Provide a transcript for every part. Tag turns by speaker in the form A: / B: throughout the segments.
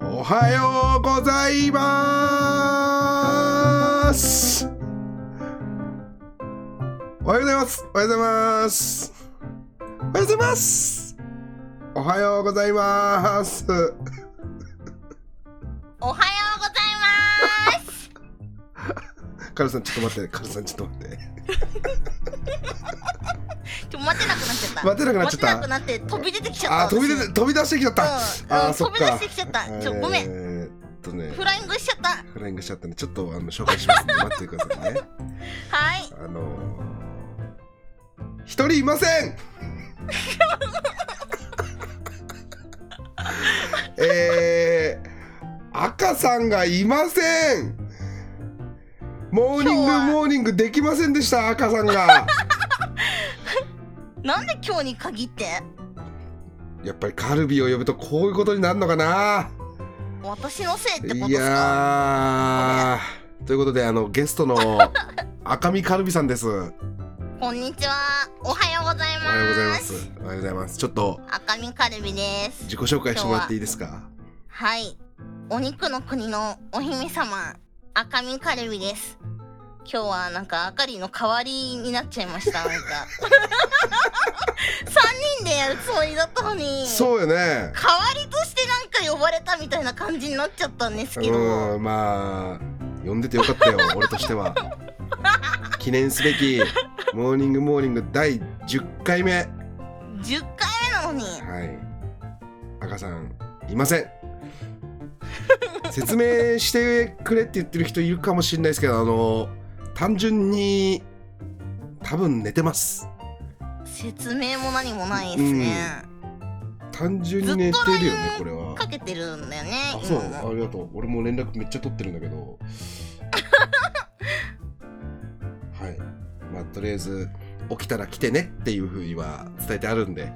A: はようございますおはようございますおはようございますおはようございますおはようございます
B: おはようございます。
A: カルさんちょっと待ってカルさんちょっと待って
B: ちょ待てなくなっちゃった。
A: 待てなくなっちゃった
B: 待てなくなって飛び出てきちゃった。
A: あー飛び出
B: 私
A: て飛び出してきちゃった、
B: うん
A: あ
B: う
A: ー
B: ん
A: そっか
B: 飛び出してきちゃったちょごめ
A: え
B: ん
A: ーっとね
B: フライングしちゃった。
A: フライングしちゃったねちょっとあの紹介しますね待ってくださいね
B: はい。
A: あのー、一人いません えー、赤さんがいませんモーニン
B: 今日は
A: グモーニングできませんでした赤さん が
B: なんで今日に限って
A: やっぱりカルビを呼ぶとこういうことになるのかな
B: 私のせいってこと
A: い
B: ですか。
A: やーということであのゲストの赤身カルビさんですおはよ
B: こんにちは。おはようございうます。
A: ございますおはようございますちょっと
B: 赤身カルビです。
A: 自己紹介してもらっていいですか
B: はい。お肉の国のお姫様、赤身カルビです。今日はなんか、あかりの代わりになっちゃいました。なんか。3人でやるつもりだったのに。
A: そうよね
B: 代わりとしてなんか呼ばれたみたいな感じになっちゃったんですけど、
A: うんまあ呼んでてよか ったよ俺としては記念すべき「モーニングモーニング」第10回目はい
B: 10回目なのに
A: 赤さんいません説明してくれって言ってる人いるかもしれないですけどあの単純に多分寝てます
B: 説明も何もないですね、
A: 単純に寝てるよねこれは
B: かけてるんだよね
A: あそう
B: 今
A: あ
B: も
A: りがとう俺も連絡めっちゃ取ってるんだけ どはいまあとりあえず起きたら来てねっていうふうには伝えてあるんで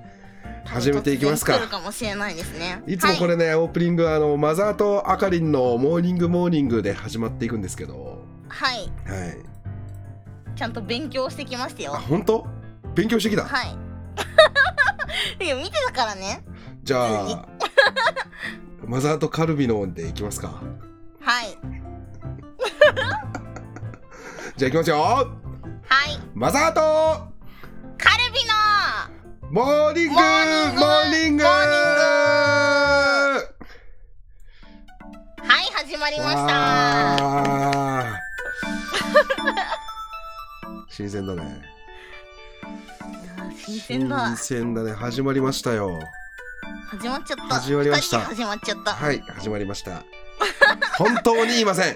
A: 始めていきます
B: 突然来る
A: か
B: かもしれないですね
A: いつもこ
B: はい
A: れね、オープニングあのマザーとアカリンの「モーニングモーニング」で始まっていくんですけど
B: はい
A: はい
B: ちゃんと勉強してきましたよ
A: あ
B: は
A: 本当勉強してきた、
B: いいや見てたからね
A: じゃ あマザーとカルビの音でいきますか
B: はい
A: じゃあいきますよ
B: はい
A: マザーと
B: カルビの
A: モーニングモ
B: モ
A: ー
B: ー
A: ニ
B: ニ
A: ン
B: ング
A: グ
B: モ
A: わ
B: はい始まりました
A: ー 新鮮だね
B: 新鮮だ
A: 新鮮だね始まりましたよ
B: 始まっちゃった
A: 始まりました
B: 二人で始まっちゃった、
A: はい始まりました本当にいま せん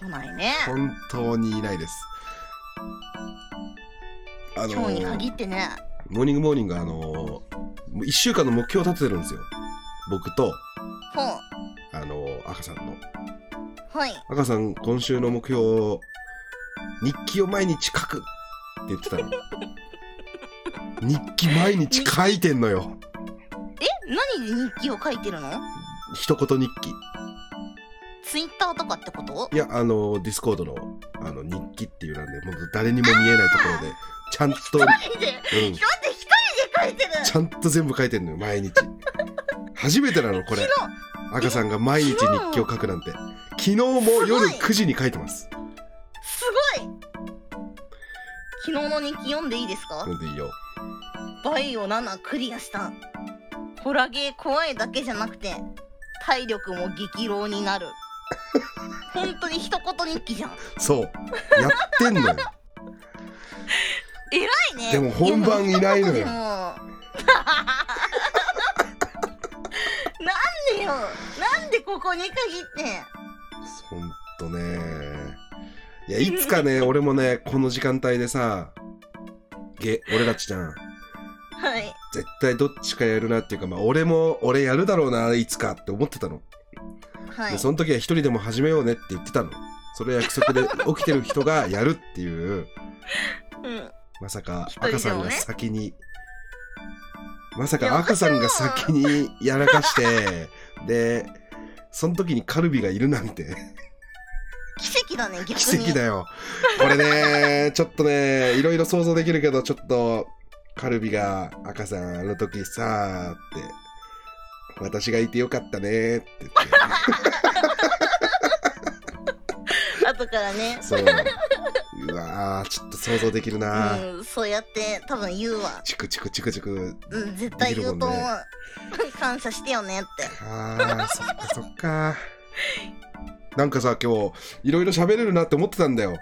B: 来ないね
A: 本当にいないですあ
B: 今
A: の
B: 日に限ってね
A: モーニングモーニングあの1週間の目標を立ててるんですよ僕と
B: ほう
A: あの赤さんの
B: はい
A: 赤さん今週の目標を日記を毎日書くって言ってたの日記毎日書いてんのよ
B: え何で日記を書いてるの
A: 一言日記
B: ツイッターとかってこと
A: いやあのディスコードのあの日記っていう欄でもう誰にも見えないところでちゃんと、
B: 一人で待
A: うん、
B: って一人で書いてる
A: ちゃんと全部書いてんのよ毎日初めてなのこれ
B: 昨
A: 赤さんが毎日日記を書くなんて昨日も夜
B: すごい
A: 9時に書いてます
B: すごい昨日の日記読んでいいです
A: な
B: か
A: んでいいよ
B: バイオ7クリアしたホラゲー怖いだけじゃなくて体力も激浪になる本当に一言日記じゃん
A: そうやってんのよ
B: 偉い ね
A: でも本番いないのよ
B: やもう一言でも なんでよなんでここに限って
A: ほんとねいやいつ かね俺もねこの時間帯でさげ俺たちじゃん
B: はい
A: 絶対どっちかやるなっていうかまあ俺も俺やるだろうないつかって思ってたの、
B: はい
A: でその時は一人でも始めようねって言ってたのそれ約 束で起きてる人がやるっていう
B: うん
A: まさか
B: 一人で
A: 赤さん
B: もね
A: が先に、まさか赤さんが先にやらかしてでその時にカルビがいるなんて
B: 奇跡だね逆に
A: 奇跡だよ。これね、 ちょっとね、いろいろ想像できるけど、ちょっと、カルビが赤さん、あの時さーって、私がいてよかったねって言って
B: 後からね
A: そううわーちょっと想像できるな、
B: うんそうやって多分言うわ
A: チクチクチクチク
B: うん絶対言うと思う、
A: できる
B: 感謝してよねって
A: あーそっかそっかなんかさ今日いろいろ喋れるなって思ってたんだよ、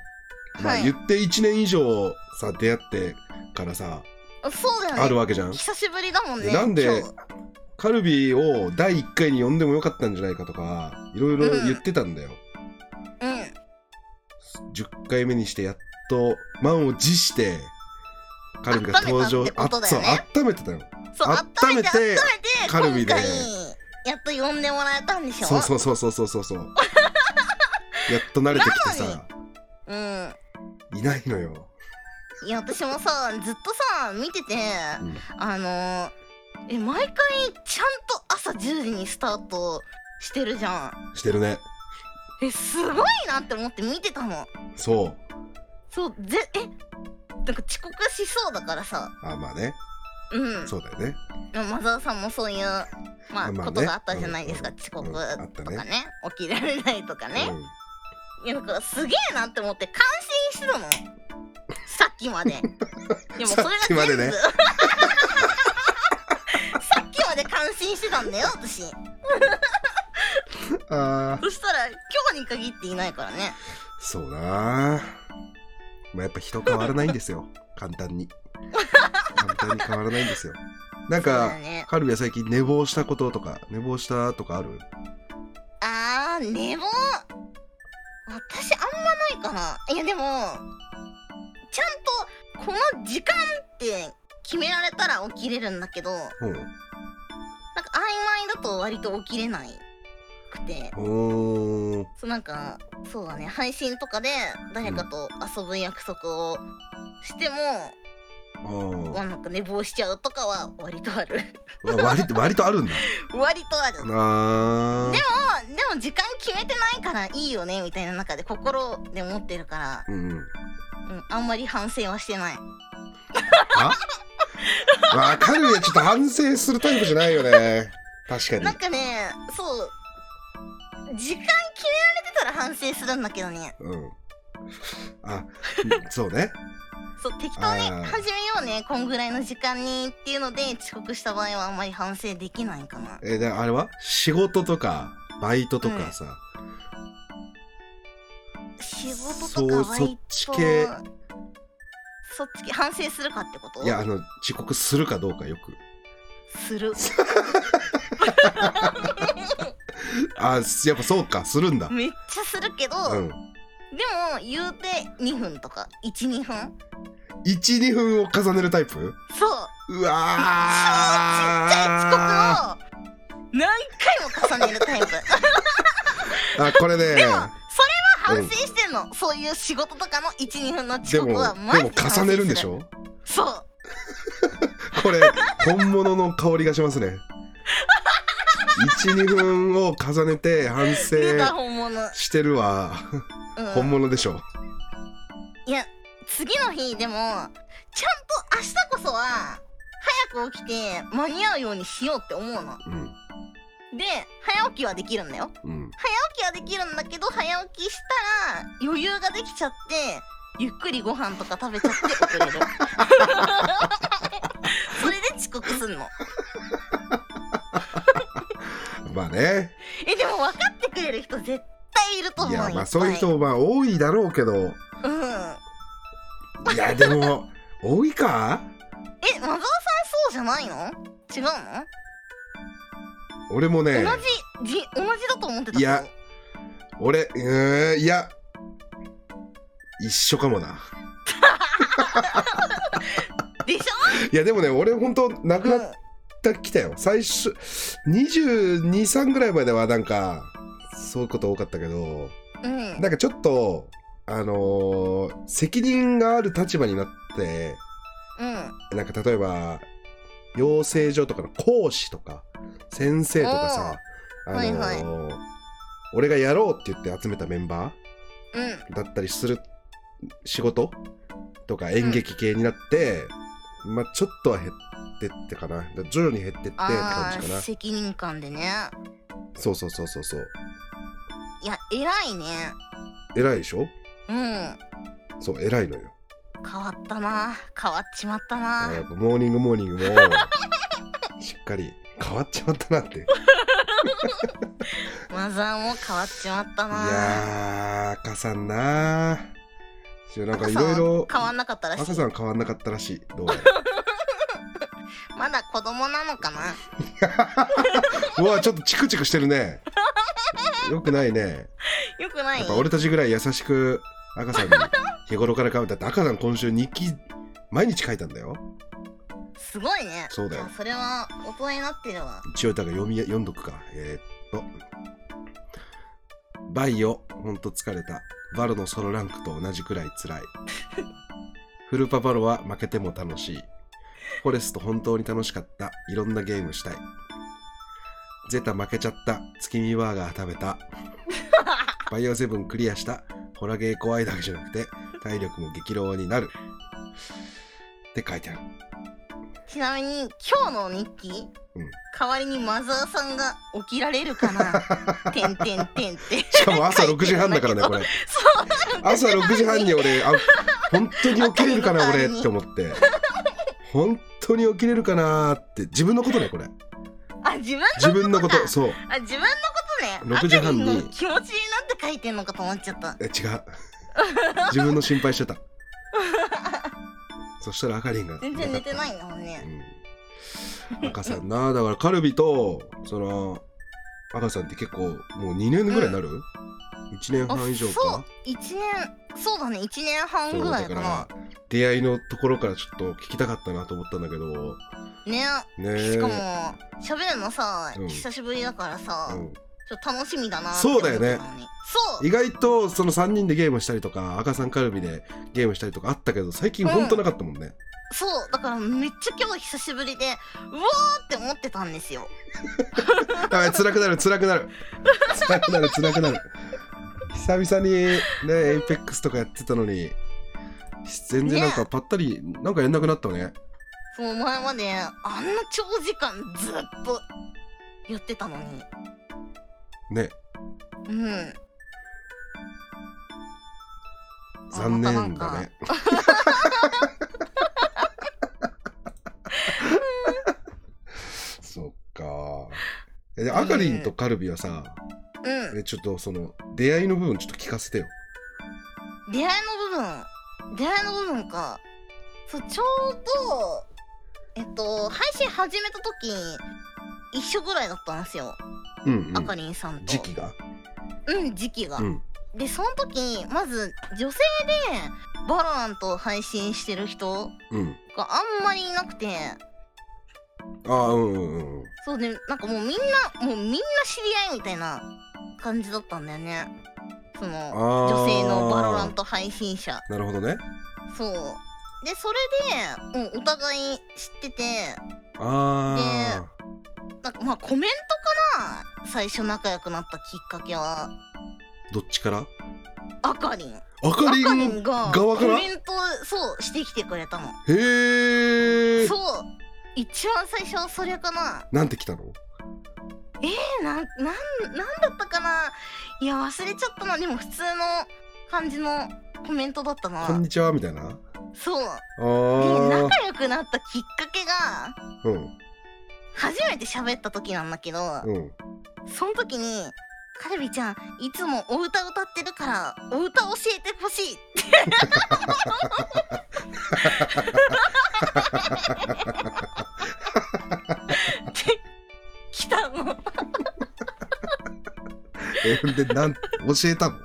A: まあ
B: はい
A: 言って1年以上さ出会ってからさ
B: そうだよね
A: あるわけじゃん
B: 久しぶりだもんね
A: なんで
B: 今日
A: カルビを第1回に呼んでもよかったんじゃないかとかいろいろ言ってたんだよ、
B: うん
A: 10回目にしてやっと満を持してカルビが登場
B: 温めたってことだよね
A: あそう温めてたよ
B: そう
A: 温
B: 温
A: め
B: め
A: て
B: て
A: カル
B: 温め
A: ビ
B: て
A: で
B: 今回やっと呼んでもらえたんでしょ
A: そうそうそうそうそうそうそう やっと慣れてきてさ
B: うん
A: いないのよ、
B: いや私もさずっとさ見てて
A: うん
B: あのーえ毎回ちゃんと朝10時にスタートしてるじゃん
A: してるね
B: えすごいなって思って見てたの
A: そう
B: そうぜえなんか遅刻しそうだからさ
A: あまあね
B: うん
A: そうだよね
B: マザーさんもそういうまあ、
A: まあね
B: ことがあったじゃないですか、
A: うん
B: 遅刻
A: うんあった
B: と
A: ね
B: かね起きられないとかね、いやだからすげえなって思って感心してたのさっき まででもそれ
A: さ
B: が
A: っき
B: 全部
A: まで ね
B: さっきまで感心してたんだよ私
A: うん、あー
B: そしたら今日に限っていないからね
A: そうなあまあやっぱ人変わらないん ですよ簡単に簡単に変わらないんですよなん
B: そう
A: か
B: だね
A: カルビは最近寝坊したこととか寝坊したとかある
B: あー寝坊私あんまないかないやでもちゃんとこの時間って決められたら起きれるんだけどなんか曖昧だと割と起きれないくて
A: うんおー
B: そうなんかそうだね配信とかで誰かと遊ぶ約束をしても、
A: あー
B: わなんか寝坊しちゃうとかは割とある
A: わ割と割とあるんだ
B: 割とある
A: あー
B: あでも時間決めてないからいいよねみたいな中で心で思ってるから、
A: うんうん
B: うん、あんまり反省はしてない
A: あわカルビはちょっと反省するタイプじゃないよね確か
B: なん
A: に
B: かねそう時間決められてたら反省するんだけどね
A: うんあそうね
B: そう適当に
A: あー
B: 始めようねこんぐらいの時間にっていうので遅刻した場合はあんまり反省できないかな
A: えであれは仕事とかバイトとかさ、
B: 仕事とか
A: そう
B: 割と
A: そっち系
B: そっち系反省するかってこと
A: いやあの遅刻するかどうかよく
B: する
A: あすやっぱそうかするんだ
B: めっちゃするけど、
A: うん
B: でも言うて2分とか12分
A: 12分を重ねるタイプ
B: そう
A: う
B: 超ちっちゃい遅刻を
A: わ
B: 何回も重ねる タイプ
A: ーあこれね
B: でも反省してんの、そういう仕事とかの12分の
A: で
B: 遅
A: も
B: 刻はマ
A: で
B: ジ
A: も
B: で
A: 重ねるんでしょ
B: そう
A: これ本物の香りがしますね12分を重ねて反省
B: 出た本物、
A: してるわ
B: うん
A: 本物でしょ
B: いや次の日でもちゃんと明日こそは早く起きて間に合うようにしようって思うの
A: うん
B: で早起きはできるんだよ
A: うん
B: 早起きはできるんだけど早起きしたら余裕ができちゃってゆっくりご飯とか食べち ゃって遅れるそれで遅刻すんの
A: まあね
B: えでも分かってくれる人絶対いると思
A: いう
B: よ
A: や
B: っ
A: ま
B: ぱ
A: あそういう人もまあ多いだろうけど
B: うんえ
A: いやでも多いか
B: マザーさんそうじゃないの違うの、
A: 俺もね
B: 同じじ同じだと思ってた
A: いや俺うーんいや一緒かもな
B: でしょ
A: いやでもね俺ほんとなく
B: う
A: なんったきたよ最初223ぐらいまではなんかそういうこと多かったけど
B: うん
A: なんかちょっとあのー責任がある立場になって
B: うん
A: なんか例えば養成所とかの講師とか先生とかさ、あ
B: おー
A: のー
B: はい
A: 俺がやろうって言って集めたメンバ
B: う
A: ー
B: ん
A: だったりする仕事とか演劇系になって、まあちょっとは減っってってかなだから徐々に減ってってって
B: あ
A: 感じか
B: あ
A: な
B: 責任感でね
A: そうそうそうそうそう
B: いや偉いね
A: 偉いでしょ
B: うん
A: そう偉いのよ
B: 変わったな変わっちまった
A: だから
B: な
A: やっぱモーニングモーニングも しっかり変わっちまったなってい
B: マザーも変わっちまったな
A: やー赤さんなーちょなんか
B: 赤
A: い
B: さん
A: ろ
B: はい
A: ろ
B: 変わんなかったらし
A: 赤
B: い
A: さん変わんなかったらしいどうや
B: まだ子供なのかな
A: らうわちょっとチクチクしてるねよくないね
B: よくない
A: やっぱ俺たちぐらい優しく赤さんに日頃から変わったって赤さん今週日記毎日書いたんだよ
B: すごいね
A: そうだよ
B: あそれは大人になってるわ
A: 一応だから読み読んどくかえー、っとバイオほんと疲れたバロのソロランクと同じくらい辛いフルパバロは負けても楽しいフォレスト本当に楽しかったいろんなゲームしたいゼタ負けちゃった月見バーガー食べたバイオセブンクリアしたホラゲー怖いだけじゃなくて体力も激浪になるって書い てある
B: ちなみに今日の日記、
A: うん
B: 代わりにマザーさんが起きられる かなてんてんてんって
A: しかも朝6時半だからねこれ
B: そう
A: 朝6時半に俺あ本当に起きれるか な俺って思って本当に起きれるかなって自分のことねこれ
B: あ自分
A: 自分の
B: のこ
A: こととそう
B: あ自分のことね
A: 6時半に
B: あかりんの気持ちになって書いてんのかと思っちゃった
A: え違う自分の心配して たそしたらあかりんが
B: 全然寝てないんだもん
A: う
B: ね
A: ん赤さんなだからカルビとその赤さんって結構もう2年ぐらいになる、1年
B: あ
A: 半以上
B: そう
A: か
B: 1年そうだね1年半ぐら
A: だ
B: いか
A: か
B: な
A: ら出会いのところからちょっと聞きたかったなと思ったんだけど
B: ね
A: ねえ
B: しかも喋るのさ、
A: うん
B: 久しぶりだからさ、
A: うん
B: ちょっと楽しみだな
A: そうだよね
B: って思ってたのにそう
A: 意外とその3人でゲームしたりとか赤さんカルビでゲームしたりとかあったけど最近ほんとなかったもんね、
B: そうだからめっちゃ今日久しぶりでうわーって思ってたんですよ
A: やばい辛くなる辛くなる辛くなる辛くなる久々にねエイペックスとかやってたのに全然なんかぱったりなんかやんなくなったね
B: その前まであんな長時間ずっとやってたのに
A: ね
B: うん
A: 残
B: あ
A: 念だ
B: またなん
A: ね そっかえであかりんとカルビはさ、
B: うん
A: えちょっとその出会いの部分ちょっと聞かせてよ
B: 出会いの部分出会いの部分かそうちょうどえっと配信始めた時一緒ぐらいだったんですよ、
A: うん、うん、
B: あかりんさんと
A: 時期が、
B: うん時期が、
A: うん、
B: でその時まず女性でバロラントを配信してる人
A: うん、
B: があんまりいなくて
A: ああうんうんうん
B: そうねなんかもうみんなもうみんな知り合いみたいな感じだったんだよねその
A: あー
B: 女性のバロラント配信者
A: なるほどね
B: そうでそれでもうお互い知ってて
A: ああ、
B: なんかまあコメントかな最初仲良くなったきっかけは
A: どっちから
B: あかりんあ
A: あかり
B: かりん
A: ん
B: が
A: 側
B: コ
A: から
B: メントそうしてきてくれたの
A: へえ
B: そう一番最初はそれかな
A: なんて来たの
B: えなんなんなんだったかないや忘れちゃったなでも普通の感じのコメントだった
A: こん
B: な
A: にちはみたいな
B: そう
A: あ
B: で
A: ー
B: 仲良くなったきっかけが
A: うん
B: 初めて喋った時なんだけど
A: うん
B: その時に「カルビちゃんいつもお歌歌ってるからお歌教えてほしい」って。来たの
A: えでなん教えたの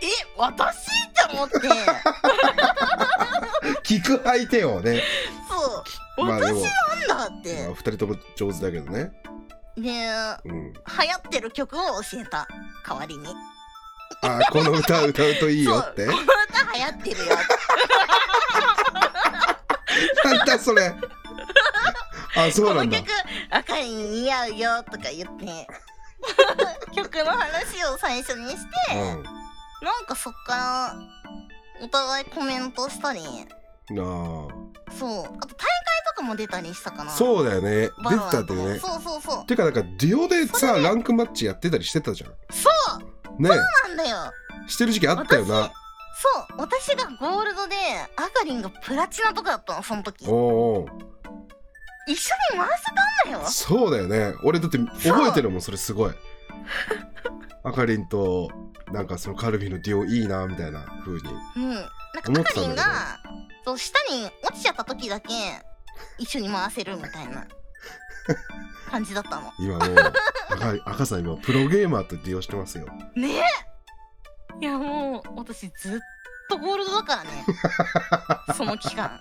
B: え私って思って
A: 聞く相手をね
B: そう
A: まあでも
B: 私な
A: ま
B: んだっ
A: あ
B: て
A: 二人とも上手だけどね
B: で流行
A: うん
B: ってる曲を教えた代わりに
A: あーこの歌歌うといいよって
B: そうこの歌流行ってるよって
A: なんだそれあそうなんだ
B: この曲赤いに似合うよとか言って 曲の話を最初にしてなんかそっからお互いコメントしたり
A: うんあ
B: そうあと大会とかも出たりしたかなう
A: そうだよね出てたんだよね
B: そうそうそう
A: てかなんかディオでさランクマッチやってたりしてたじゃん
B: そう
A: ね
B: なんだよ
A: してる時期あったよな
B: そう私がゴールドでアカリンがプラチナとかだったのその時一緒に
A: おうおう
B: 回せたんだよ
A: そうだよね俺だって
B: そう
A: 覚えてるもんそれすごい あかりんとなんかそのカルビのディオいいなみたいな風に
B: うんなんか
A: 思
B: ア
A: って
B: カ
A: た
B: リ
A: ん
B: ン
A: だ
B: が
A: けど
B: そう下に落ちちゃった時だけ一緒に回せるみたいな感じだったの
A: 今 もう赤い赤さん今プロゲーマーとディオしてますよ
B: ねえいやもう私ずっとゴールドだ からねその期間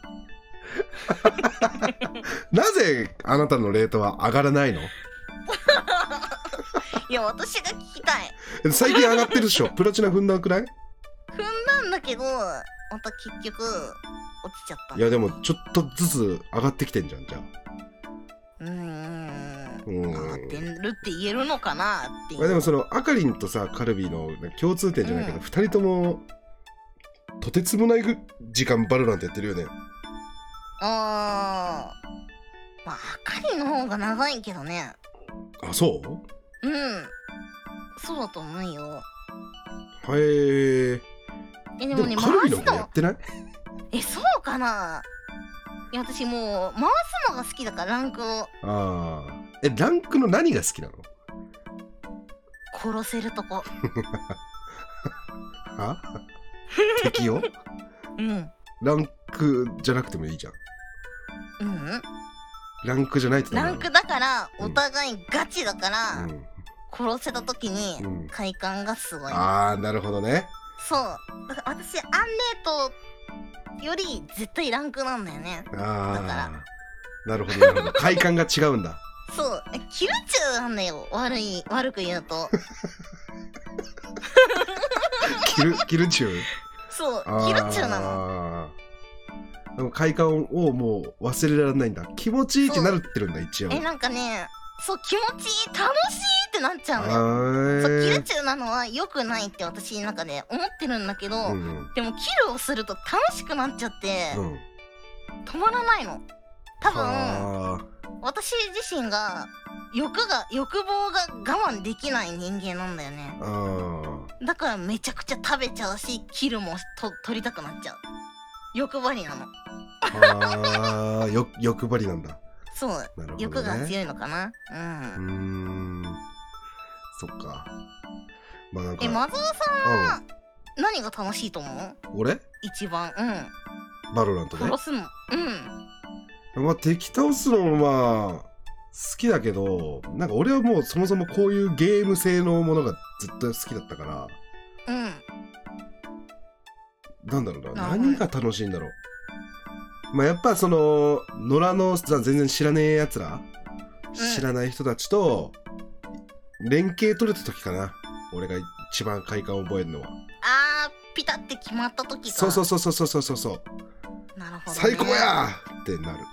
A: なぜあなたのレートは上がらないの
B: いや私が聞きたい
A: 最近上がってるでしょプラチナ踏んだくらい
B: 踏んだんだけどまた結局落ちちゃった
A: いやでもちょっとずつ上がってきてんじゃんじゃあ
B: うーん
A: うん
B: 上がってるって言えるのかなっていう
A: まあでもそのあかりんとさカルビーの共通点じゃないけど、
B: うん
A: 二2人ともとてつもない時間バルランってやってるよね
B: あーまああかりの方が長いけどね
A: あそう
B: うんそうだと思うよ
A: へえ
B: え
A: で
B: でもね
A: もカル
B: 回
A: ビーの
B: す
A: 方や
B: の
A: ってない
B: えそうかないや私もう回すのが好きだからランクを
A: ああえランクの何が好きなの
B: 殺せるとこ
A: あ敵を
B: うんうん
A: ランクじゃなくてもいいじゃん
B: うん
A: ランクじゃないとダメ
B: ラ
A: な
B: ン
A: の
B: クだから
A: うん
B: お互いガチだから、
A: うん
B: 殺せた時に
A: うん
B: 快感がすごい、
A: ああなるほどね
B: そうだから私アンレートより絶対ランクなんだよねだ
A: あ
B: か
A: あなるほどな るほど快感が違うんだ
B: そうえキルチューなんだよ悪い悪く言うと
A: キルキルチュー
B: そう
A: あ
B: キルチューなの
A: のでも快感をもう忘れられないんだ気持ちいいってなるってるんだ一応
B: えなんかねそう気持ちいい楽しいってなっちゃうのよ
A: あ
B: そうキル
A: ー
B: チューなのは良くないって私の中で思ってるんだけど、
A: うんうん
B: でもキルをすると楽しくなっちゃって、
A: うん
B: 止まらないの多分
A: あ
B: 私自身が欲が欲望が我慢できない人間なんだよね
A: ーあ
B: だからめちゃくちゃ食べちゃうしキルもと取りたくなっちゃう欲張りなの
A: ーあーよ欲張りなんだ
B: そう、
A: なるほど、ね、
B: 欲が
A: い
B: 強いのかな
A: うー
B: うん
A: んそっかまあなんか
B: えマゾウさん
A: うん
B: 何が楽しいと思う
A: 俺
B: 一番う
A: バロラント
B: ん
A: で
B: 殺すのうん
A: まあ敵倒すのもまあ好きだけどなんか俺はもうそもそもこういうゲーム性のものがずっと好きだったから
B: うん
A: なんだろうな
B: なるほど
A: 何が楽しいんだろうまあやっぱその野良のさ全然知らねえやつら、知らない人たちと連携取れた時かな俺が一番快感を覚えるのは
B: あーピタって決まった時か
A: そうそうそうそうそうそうそうそう
B: なるほど、ね、
A: 最高やーってなる、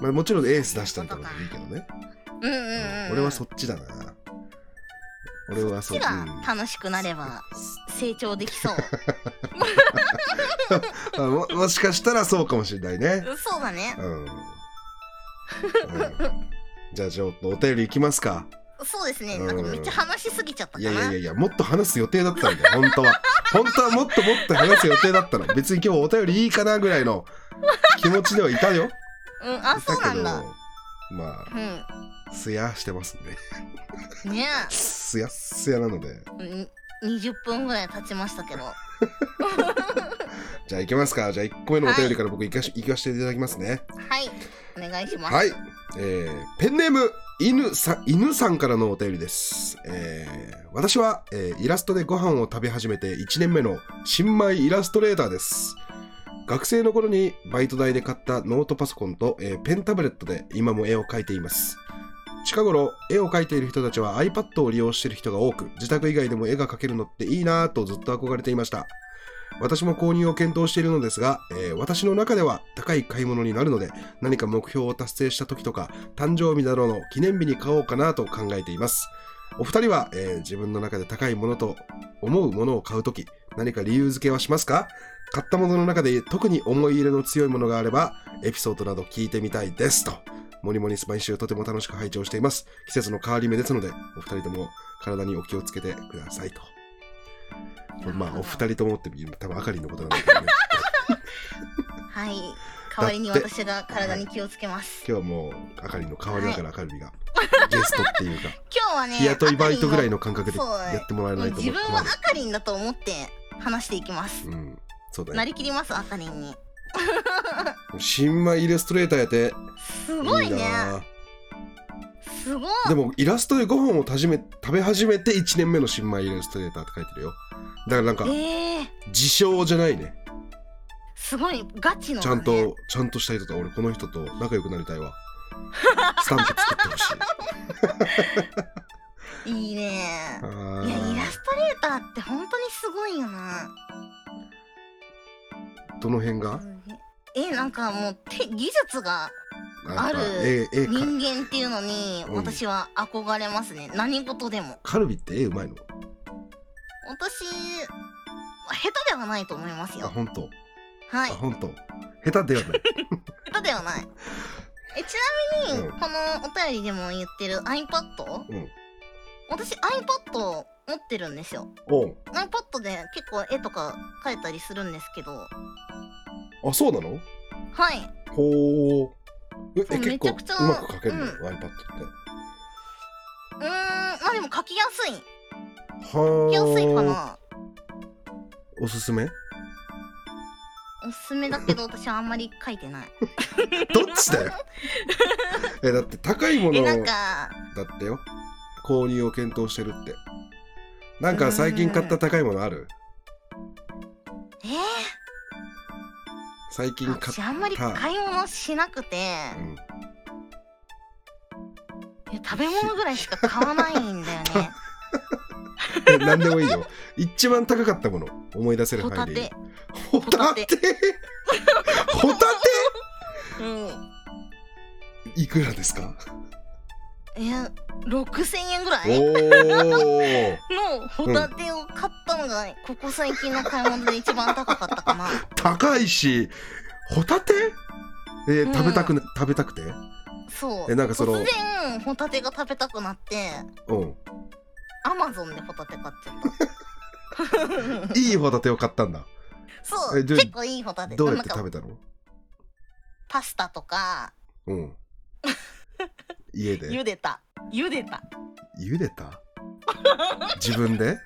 A: まあ、もちろんエース出したりとかでもいいけどね
B: うんうんうん、うん、
A: 俺はそっちだな俺はそ
B: そっ
A: っ
B: ち
A: ち、うん
B: が楽しくなれば成長で きそう
A: あももしかしたらそうかもしれないね
B: そうだね
A: うん、うん、じゃあちょっとお便りいきますか
B: そうですね
A: うん
B: なんかめっちゃ話しすぎちゃったか
A: い
B: な
A: やいやいやいやもっと話す予定だったん だよ本当は本当はもっともっと話す予定だったの別に今日お便りいいかなぐらいの気持ちではいたよ
B: うんあ
A: いた
B: そうな
A: けど
B: んだ
A: ま
B: う
A: あすやしてますんで
B: んね
A: すやっすやなので
B: えに20分ぐらい経ちましたけど
A: じゃあ行きますかじゃあ1個目のお便りから僕行かし、行かせていただきますね
B: はいお願いします
A: はい、えーペンネーム犬さん犬さんからのお便りです、えー私は、えーイラストでご飯を食べ始めて1年目の新米イラストレーターです学生の頃にバイト代で買ったノートパソコンと、えーペンタブレットで今も絵を描いています近頃絵を描いている人たちは iPad を利用している人が多く自宅以外でも絵が描けるのっていいなぁとずっと憧れていました私も購入を検討しているのですが、えー私の中では高い買い物になるので何か目標を達成した時とか誕生日などの記念日に買おうかなと考えていますお二人は、えー自分の中で高いものと思うものを買う時何か理由付けはしますか買ったものの中で特に思い入れの強いものがあればエピソードなど聞いてみたいですとモリモリス毎週とても楽しく拝聴しています季節の変わり目ですのでお二人とも体にお気をつけてくださいとこれまあお二人ともって多分あかりのことなんだけどね
B: はい代わりに私が体に気をつけます
A: 今日はもうあかりの代わりだからあかりがゲストっていうか
B: 今日はね
A: 日雇いバイトぐらい
B: の
A: の感覚でやってもらえ
B: も
A: な
B: う
A: いと
B: 自
A: 思う
B: 分はあかりんだと思って話していきます、
A: うんそうだ
B: な
A: ね
B: りきりますあかりんに
A: 新米イラストレーターやって
B: すごいね
A: な
B: すごい
A: でもイラストでご飯をたじめ食べ始めて1年目の新米イラストレーターって書いてるよだからなんか
B: えー、
A: 自称じゃないね
B: すごいガチの、ね、
A: ちゃんとちゃんとした人と俺この人と仲良くなりたい わスタンプ作ってほしい
B: いいね
A: あ
B: いやイラ
A: ー
B: ストレーターって本当にすごいよな
A: どの辺が
B: えなんかもう手技術が
A: あ
B: ある
A: 絵絵か
B: 人間っていうのに
A: うん
B: 私は憧れますね、何事でも
A: カルビって絵うまいの
B: 私下手ではないと思います
A: あ
B: よ
A: 本当
B: は
A: あ
B: い
A: 本当下手では ない
B: 下手ではないえちなみに、
A: うん
B: このお便りでも言ってる iPad
A: うん
B: 私 iPad を持ってるんですよ
A: おう
B: iPad で結構絵とか描いたりするんですけどは
A: あそうなの
B: い
A: ほうえ
B: そ
A: 結
B: う
A: 構
B: めちゃくちゃ
A: うまく描けるの、
B: うん
A: iPad って
B: うーんまあでも描きやすい描きやすいか
A: はあ
B: な
A: おすすめ
B: おすすめだけど私はあんまり描いてない
A: どっち だよ えだって高いもの
B: え
A: をだ
B: なんか
A: ってよ購入を検討してるってなんか最近買った高いものある
B: え
A: 最近買
B: ー、
A: っ
B: 私あんまり買い物しなくて、
A: た、うん、
B: いや食べ物ぐらいしか買わない んだよね
A: え何でもいいよ一番高かったもの思い出せる
B: ホタ
A: 範囲でいい
B: テ
A: ホタテホタ
B: うん
A: テいくらですか
B: えー、6000円ぐら
A: お
B: い
A: ー
B: のホタテを買ったのが、ここ最近の買い物で一番高かったかな
A: 高いしホタテえー
B: うん
A: 食べたくな食べたくて
B: そう
A: えなんかその
B: 突然ホタテが食べたくなって
A: うん
B: アマゾンでホタテ買っちゃった
A: いいホタテを買ったんだ
B: そ
A: え
B: う
A: ど
B: 結構いいホタテ
A: どうやって
B: な
A: 食
B: んか
A: べたの
B: パスタとか
A: うん家で
B: 茹でた茹でた
A: 茹でた自分で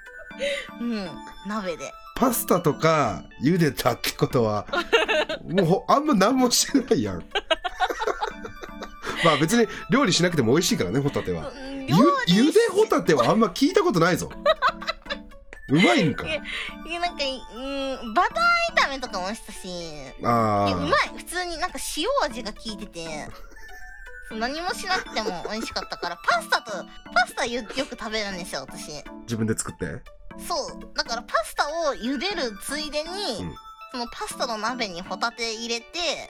B: うん鍋で
A: パスタとか茹でたってことはもうほあんま何もしてないやん まあ別に料理しなくても美味しいからねホタテは
B: うん
A: ゆ
B: 料理
A: 茹でホタテはあんま聞いたことないぞうまいんか
B: えいやなんかうんバター炒めとかもしたしえ
A: あー
B: うまい普通になんか塩味が効いててそう何もしなくても美味しかったからパスタとパスタよよく食べるんですよ私
A: 自分で作って
B: そうだからパスタを茹でるついでに、
A: うん
B: そのパスタの鍋にホタテ入れて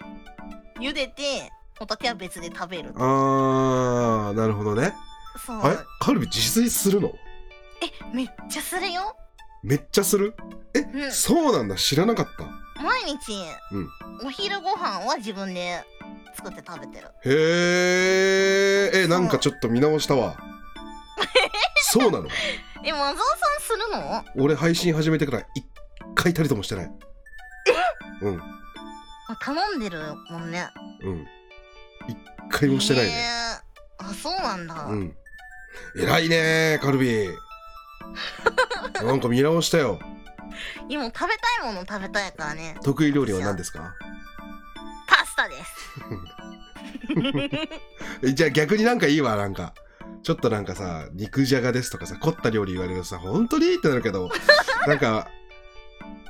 B: 茹でてホタテは別で食べる
A: あーなるほどね
B: そう
A: あれカルビ自炊するの
B: えめっちゃするよ
A: めっちゃするえ、
B: うん
A: そうなんだ知らなかった
B: 毎日、
A: うん
B: お昼ご飯は自分で作って食べてる
A: へえ、え、なんかちょっと見直した わ。そうなの。
B: えマザーさんするの
A: 俺配信始めてから一回たりともしてない。うん、
B: あ頼んでるもんね
A: うん。一回もしてないね。
B: ねえあそうなんだ、
A: うん。偉いねカル ビ。なんか見直したよ。
B: 今食べたいもの食べたいから ね
A: 得意料理は何ですか？
B: パスタです
A: えじゃあ逆になんかいいわなんか。ちょっとなんかさ肉じゃがですとかさ凝った料理言われるとさ本当にってなるけ どなんか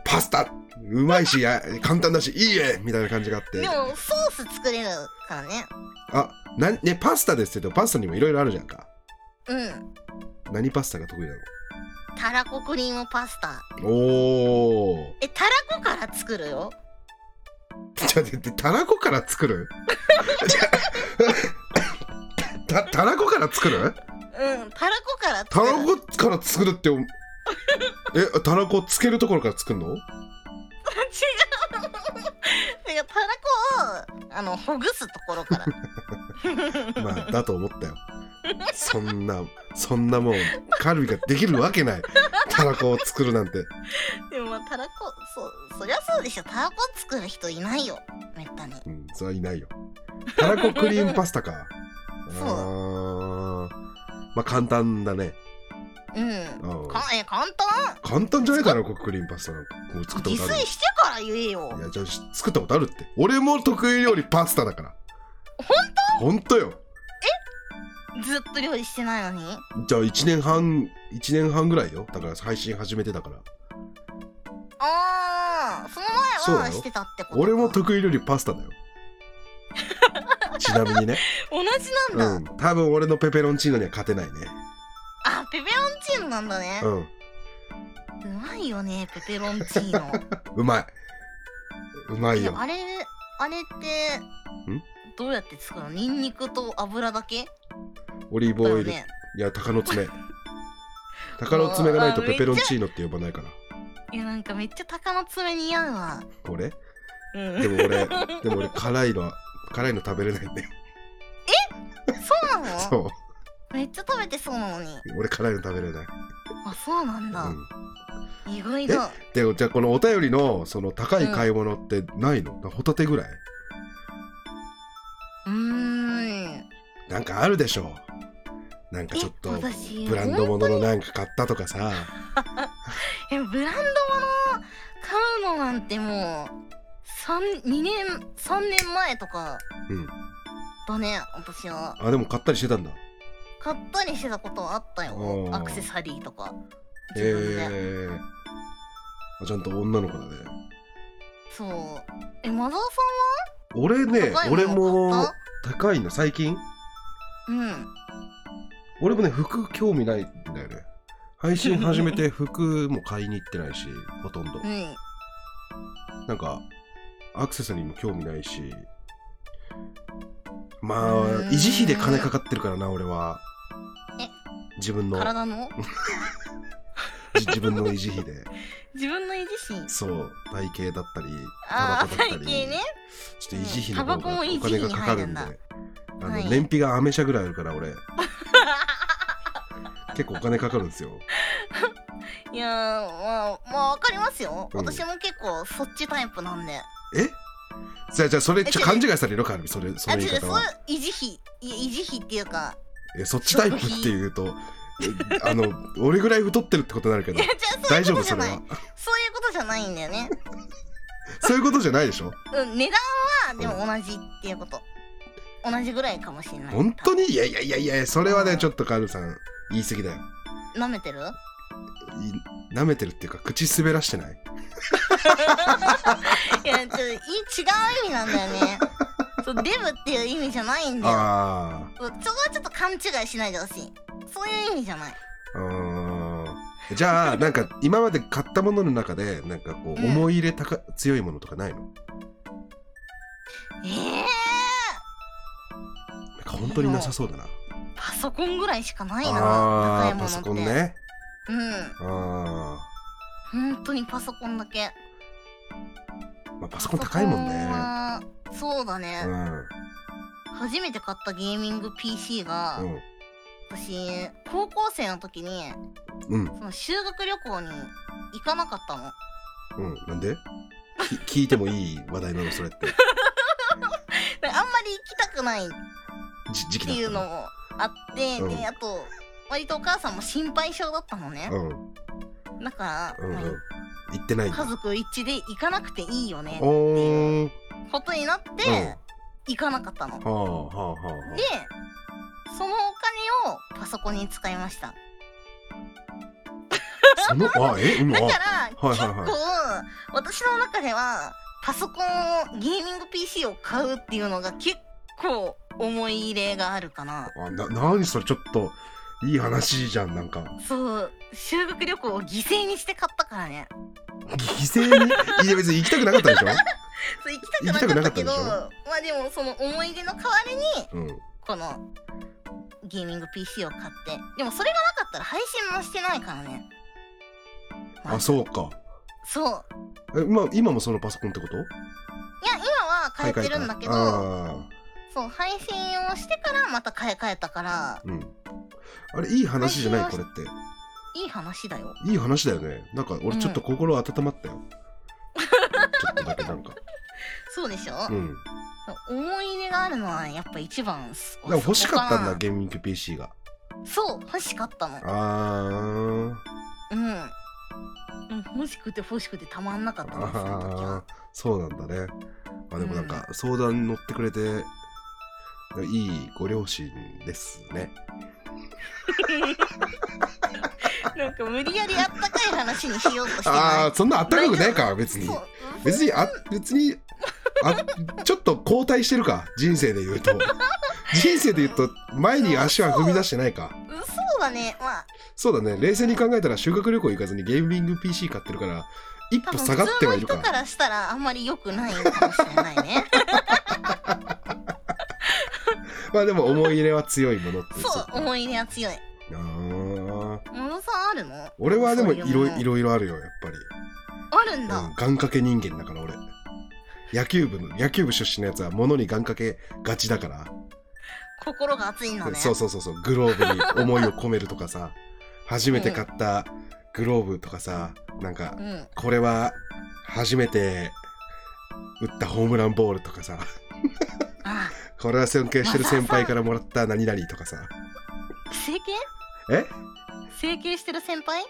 A: パスタうまいしや簡単だしいいえみたいな感じがあって
B: でもソース作れるからね
A: あなんねパスタですけどパスタにもいろいろあるじゃんか
B: うん
A: 何パスタが得意な
B: たらこクリームパスタ
A: のおお
B: えたらこから作るよ
A: ちょっと待ってたらこから作る じゃたたらこから作る
B: うんたらこから
A: た
B: 作
A: ら
B: る
A: こから作るってお
B: 違う
A: えたらこつけるところから作るの
B: なんかたらこをあのほぐすところか ら
A: まあだと思ったよそんなそんなもんカルビができるわけないたらこを作るなんて
B: でもまあたらこそうそりゃそうでしょたらこ作る人いないよめったに
A: うんそれはいないよたらこクリームパスタか
B: そう
A: あーまあ簡単だね
B: うん
A: うん
B: かえ簡単
A: 簡単じゃないたらこクリームパスタなんかもう作った
B: 自
A: ことある
B: 炊してから言えよ
A: いやじゃあし作ったことあるって俺も得意料理パスタだから本当本当よ
B: ずっと料理してないのに
A: じゃあ1年半1年半ぐらいよだから配信始めてだから
B: ああその
A: そう
B: 前
A: だ
B: は
A: よ
B: してたってことか
A: 俺も得意料理パスタだ よちなみにね、
B: 同じなんだ、
A: うん、多分俺のペペロンチーノには勝てないね
B: あペペロンチーノなんだね
A: う、
B: うまいよねペペロンチ ーノ
A: んうまいうまい
B: いや
A: よ
B: あれあれってどうやって作るのニンニクと油だけ
A: オリーブ
B: だ
A: オ
B: よ
A: イル、
B: ね
A: いや鷹の爪鷹の爪がないとペペロンチーノって呼ばないから
B: いやなんかめっちゃ鷹の爪似合うわ
A: これ
B: う
A: で
B: ん
A: も俺でも俺辛いの辛いの食べれないんだよ
B: そうなの
A: そう
B: めっちゃ食べてそうなのに
A: 俺辛いの食べれない、
B: あそうなんだ、
A: うん、
B: 意外だ
A: でもじゃあこのお便りのその高い買い物ってないの、ホタテぐらいう
B: ーん
A: なんかあるでしょうなんかちょっと
B: え私
A: ブランド物のなんか買ったとかさ
B: えブランド物買うのなんてもう三2年3年前とか
A: うん
B: だね私は
A: あでも買ったりしてたんだ
B: 買ったりしてたことはあったよ
A: おー
B: アクセサリーとか
A: へ
B: 自分で、
A: えあちゃんと女の子だね
B: そうえマザー
A: 俺
B: さん
A: ね
B: は高いもの
A: 俺も
B: 買っ
A: 高いの最近
B: たうん
A: 俺もね服興味ないんだよね配信始め て服も買いに行ってないしほとんど
B: うん
A: なんかアクセサリーも興味ないし
B: う
A: まあ
B: ーん
A: 維持費で金かかってるからな俺は
B: え
A: 自分の
B: 体の
A: じ自分の維持費で
B: 自分の維持心
A: そう体型だったりタ
B: あ
A: バコ
B: あ
A: だっ
B: 体
A: た
B: 型
A: り、
B: ね
A: ちょっと維持費の方
B: タバコも
A: が
B: 維
A: お
B: 持費
A: 金
B: に
A: がかかるんで
B: 入
A: あの、
B: はい
A: 燃費がアメ車ぐらいあるから 俺結構お金かかるんですよ
B: いやーまあまあわかりますよ、
A: うん
B: 私も結構そっちタイプなんで
A: えじゃあじゃあそれちょ
B: え
A: 勘違いされるかそれそ
B: あ
A: の言い
B: 違う違
A: 方
B: うそう
A: は
B: 維持費いや維持費っていうか
A: えそっちタイプって言うとえあの俺ぐらい太ってるってことになるけ
B: い
A: ど
B: や違うそうい
A: 大
B: う
A: 丈
B: こ
A: 夫
B: とじゃ
A: それ
B: ない
A: は
B: そういうことじゃないんだよね
A: そういうことじゃないでしょ
B: うん値段はでも同じっていうこと同じぐらいかもしれない
A: 本当
B: に
A: にいやいやいやいやそれは
B: うん
A: ねちょっとカールさん言い過ぎだよ
B: 舐めてる
A: い舐めてるっていうか口滑らしてない
B: いやちょっとい違う意味なんだよねそうデブっていう意味じゃないんだよ
A: あ
B: そうそこはちょっと勘違いしないでほしいそういう意味じゃない
A: あうーんじゃあなんか今まで買ったものの中でなんかこう
B: うん
A: 思い入れ高強いものとかないの
B: え
A: なんか本当になさそうだな
B: ー、パソコンぐらいしかないな高
A: あ
B: い
A: ー
B: も
A: パ
B: のって
A: ソコンね
B: うん
A: あ
B: 本当にパソコンだけ
A: ー、まあ、パソコン高いもんね
B: パソコンはそうだね
A: う、ん
B: 初めて買ったゲーミング PC が、私高校生の時に
A: うんうん
B: その修学旅行に行かなかったの
A: うんなんでき聞いてもいい話題なのそれって
B: であんまり行きたくないっ
A: じ時期
B: て
A: だっ
B: いう
A: た
B: の
A: の
B: もあって、
A: うん
B: であと割とお母さんも心配性だったのね、
A: うん
B: だから、
A: うんうん
B: まあ
A: 行ってないんだ
B: 家族一致で行かなくていいよね
A: おー
B: ことになっ
A: うん
B: て行かなかったの、
A: はあはあはあは
B: でそのお金をパソコンに使いました
A: あそのあえうんあ
B: だから
A: あはい
B: 結
A: はいはい
B: 構私の中ではパソコンをゲーミング PC を買うっていうのが結構思い入れがあるかな
A: あな何それちょっといい話じゃんなんか
B: そう修学旅行を犠牲にして買ったからね
A: 犠牲に いや別に行きたくなかったでし
B: そう行きたくなかったけど
A: 行きたくなか
B: まあでもその思い出の代わりに
A: ょ、うん、
B: このゲーミング PC を買ってでもそれがなかったら配信もしてないからね
A: あそうか
B: そう
A: え今今もそのパソコンってこと
B: いや今は変えてるんだけど
A: 買い替えたあ
B: そう配信をしてからまた買い替えたから
A: ーうんあれいい話じゃないこれって
B: いい話だよ
A: いい話だよねなんか俺ちょっと心温まったよ、ちょっとだけ なんか
B: そうでしょ、
A: うん
B: 思い入れがあるのはやっぱ一番す
A: でも欲しかったんだ
B: そこ
A: ゲーミング PC が
B: なそう欲しかったの
A: あー
B: うんうん欲しくて欲しくてたまんなかったのその時
A: あ
B: は
A: ーそうなんだねまあでもなんか相談に乗ってくれて、いいご両親ですね
B: なんか無理やりあったかい話にしようとして
A: あ
B: な
A: あそんなあったかくないか別
B: い
A: に
B: そう
A: 別にあ別にあちょっと後退してるか人生で言うと人生で言うと前に足は踏み出してないか
B: うんそうだねまあ
A: そうだね冷静に考えたら修学旅行行かずにゲーミング PC 買ってるから一
B: 多
A: 歩
B: 分
A: 下がっ
B: 普
A: て
B: 通
A: は
B: の
A: いる
B: 人
A: か
B: からしたらあんまり良くないのかもしれな いね
A: まあでも思い入れは強いものってやつ
B: そう思い入れは強い
A: あー
B: ものさんあるの
A: 俺はでも
B: そう
A: い
B: いう
A: ろ
B: もの
A: いろいろあるよやっぱり、
B: あるんだ、
A: うん、願掛け人間だから俺野球部の野球部出身のやつは物に願掛けがちだから
B: 心が熱いのね
A: そうそうそうそうグローブに思いを込めるとかさ初めて買ったグローブとかさなんか
B: うん
A: これは初めて打ったホームランボールとかさ
B: あ
A: これは尊敬してる先輩からもらった何々とかさ
B: 整形
A: え
B: 整形してる先輩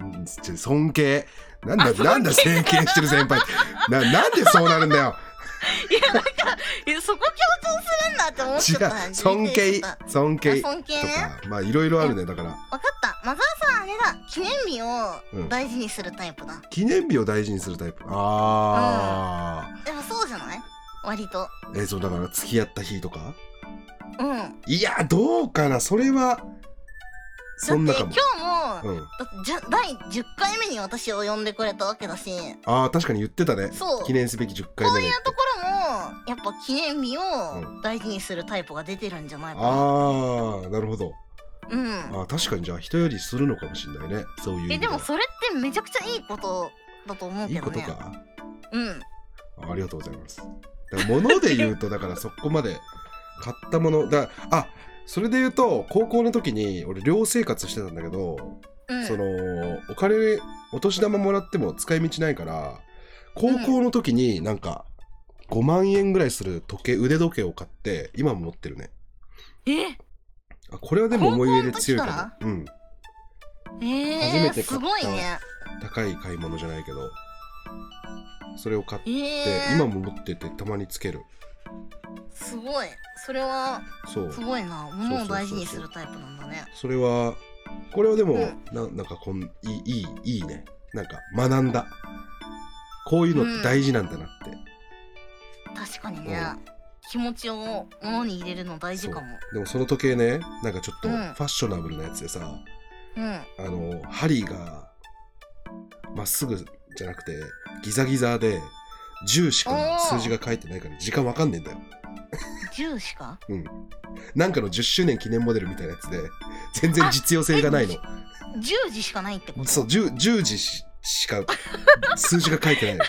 A: うんちょ尊敬なんだなんだ尊敬してる先輩ななんでそうなるんだよ
B: いやなんかえそこ強調するんだって思っ
A: 違
B: ちゃった
A: う尊敬
B: あ
A: 尊敬と
B: 尊敬ね
A: かまあいろいろあるねだから
B: 分かったマザーさんあれだ記念日
A: う
B: を
A: ん
B: 大事にするタイプだ、
A: 記念日を大事にするタイプああ
B: でもそうじゃない割と
A: えそうだから付き合った日とか
B: うんだっ
A: いやどうかなそれは
B: て
A: そん
B: 今
A: な
B: 日
A: か
B: も
A: も、
B: だ
A: うん、
B: ってじゃ第10回目に私を呼んでくれたわけだし
A: あー確かに言ってたね
B: そう
A: 記念すべき10回
B: こう
A: 目
B: い
A: で
B: うところもやっぱ記念日を大事にするタイプが出てるんじゃないかな、
A: ああなるほど
B: うん
A: あー確かにじゃあ人よりするのかもしれないねそういう意
B: え
A: 味
B: で
A: は
B: もそれってめちゃくちゃいいことだと思う
A: いい
B: けど
A: こと
B: ね
A: か
B: うん
A: あありがとうございますだから物で言うとだからそこまで買ったものだあそれで言うと高校の時に俺寮生活してたんだけど
B: うん
A: そのお金お年玉もらっても使い道ないから高校の時になんか5万円ぐらいする時計腕時計を買って今も持ってるね
B: え
A: あこれはでも思い入れ強いかも
B: 高校の
A: うん初
B: え
A: め
B: ー、
A: て買った
B: すごいね
A: 高い買い物じゃないけどそれを買って
B: えー、
A: 今も持っててたまにつける
B: すごいそれは
A: そう
B: すごいな物を大事にするタイプなんだね
A: それはこれはでも、
B: うん
A: ななんかこんいいいいいいねなんか学んだこういうのって大事なんだなって、
B: 確かにね気持ちを物に入れるの大事かも
A: でもその時計ねなんかちょっと
B: う
A: フ
B: ん
A: ァッショナブルなやつでさ、
B: うん
A: あの針がまっすぐじゃなくてギザギザで10しか数字が書いてないから時間わかんねえんだよ
B: 10しか
A: なんかの10周年記念モデルみたいなやつで全然実用性がないの
B: 10時しかないってこと
A: そう 10, 10時ししか数字が書いて ないの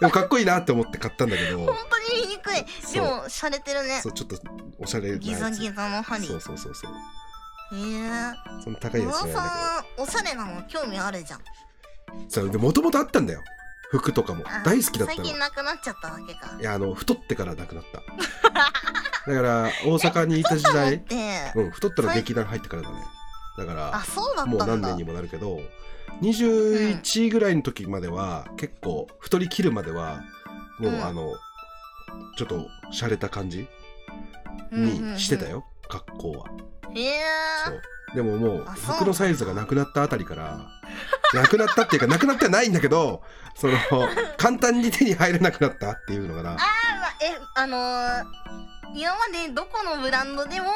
A: でもかっこいいなって思って買ったんだけど
B: 本当に言いにくいで
A: そう
B: も洒落てるね
A: そうちょっとおしゃれなやつ
B: ギザギザの針へ
A: そうそうそうそう
B: えー
A: その高い
B: 野
A: や
B: 田
A: つじゃないんだけど
B: さんおしゃれなの興味あるじゃん
A: そうでもともとあったんだよ服とかも
B: あ
A: 大好きだったの
B: 最
A: い
B: 近なくなっちゃったわけか
A: やあの太ってからなく なっただから大阪にいた時
B: だっ
A: 代
B: て
A: うん太ったら劇団入ってからだねだか
B: あ
A: ら
B: そうだったん
A: もう
B: だ
A: 何年にもなるけど21ぐらいの時までは、結構太り切るまではもう、
B: うん
A: あのちょっと洒落た感じ
B: うんうんうん
A: にしてたよ、格好は
B: へえ
A: そうでももう
B: あそう
A: 服のサイズがなくなったあたりからなくなったっていうかなくなってはないんだけど その簡単に手に入らなくなったっていうのかな
B: あえあのー、今までどこのブランドでも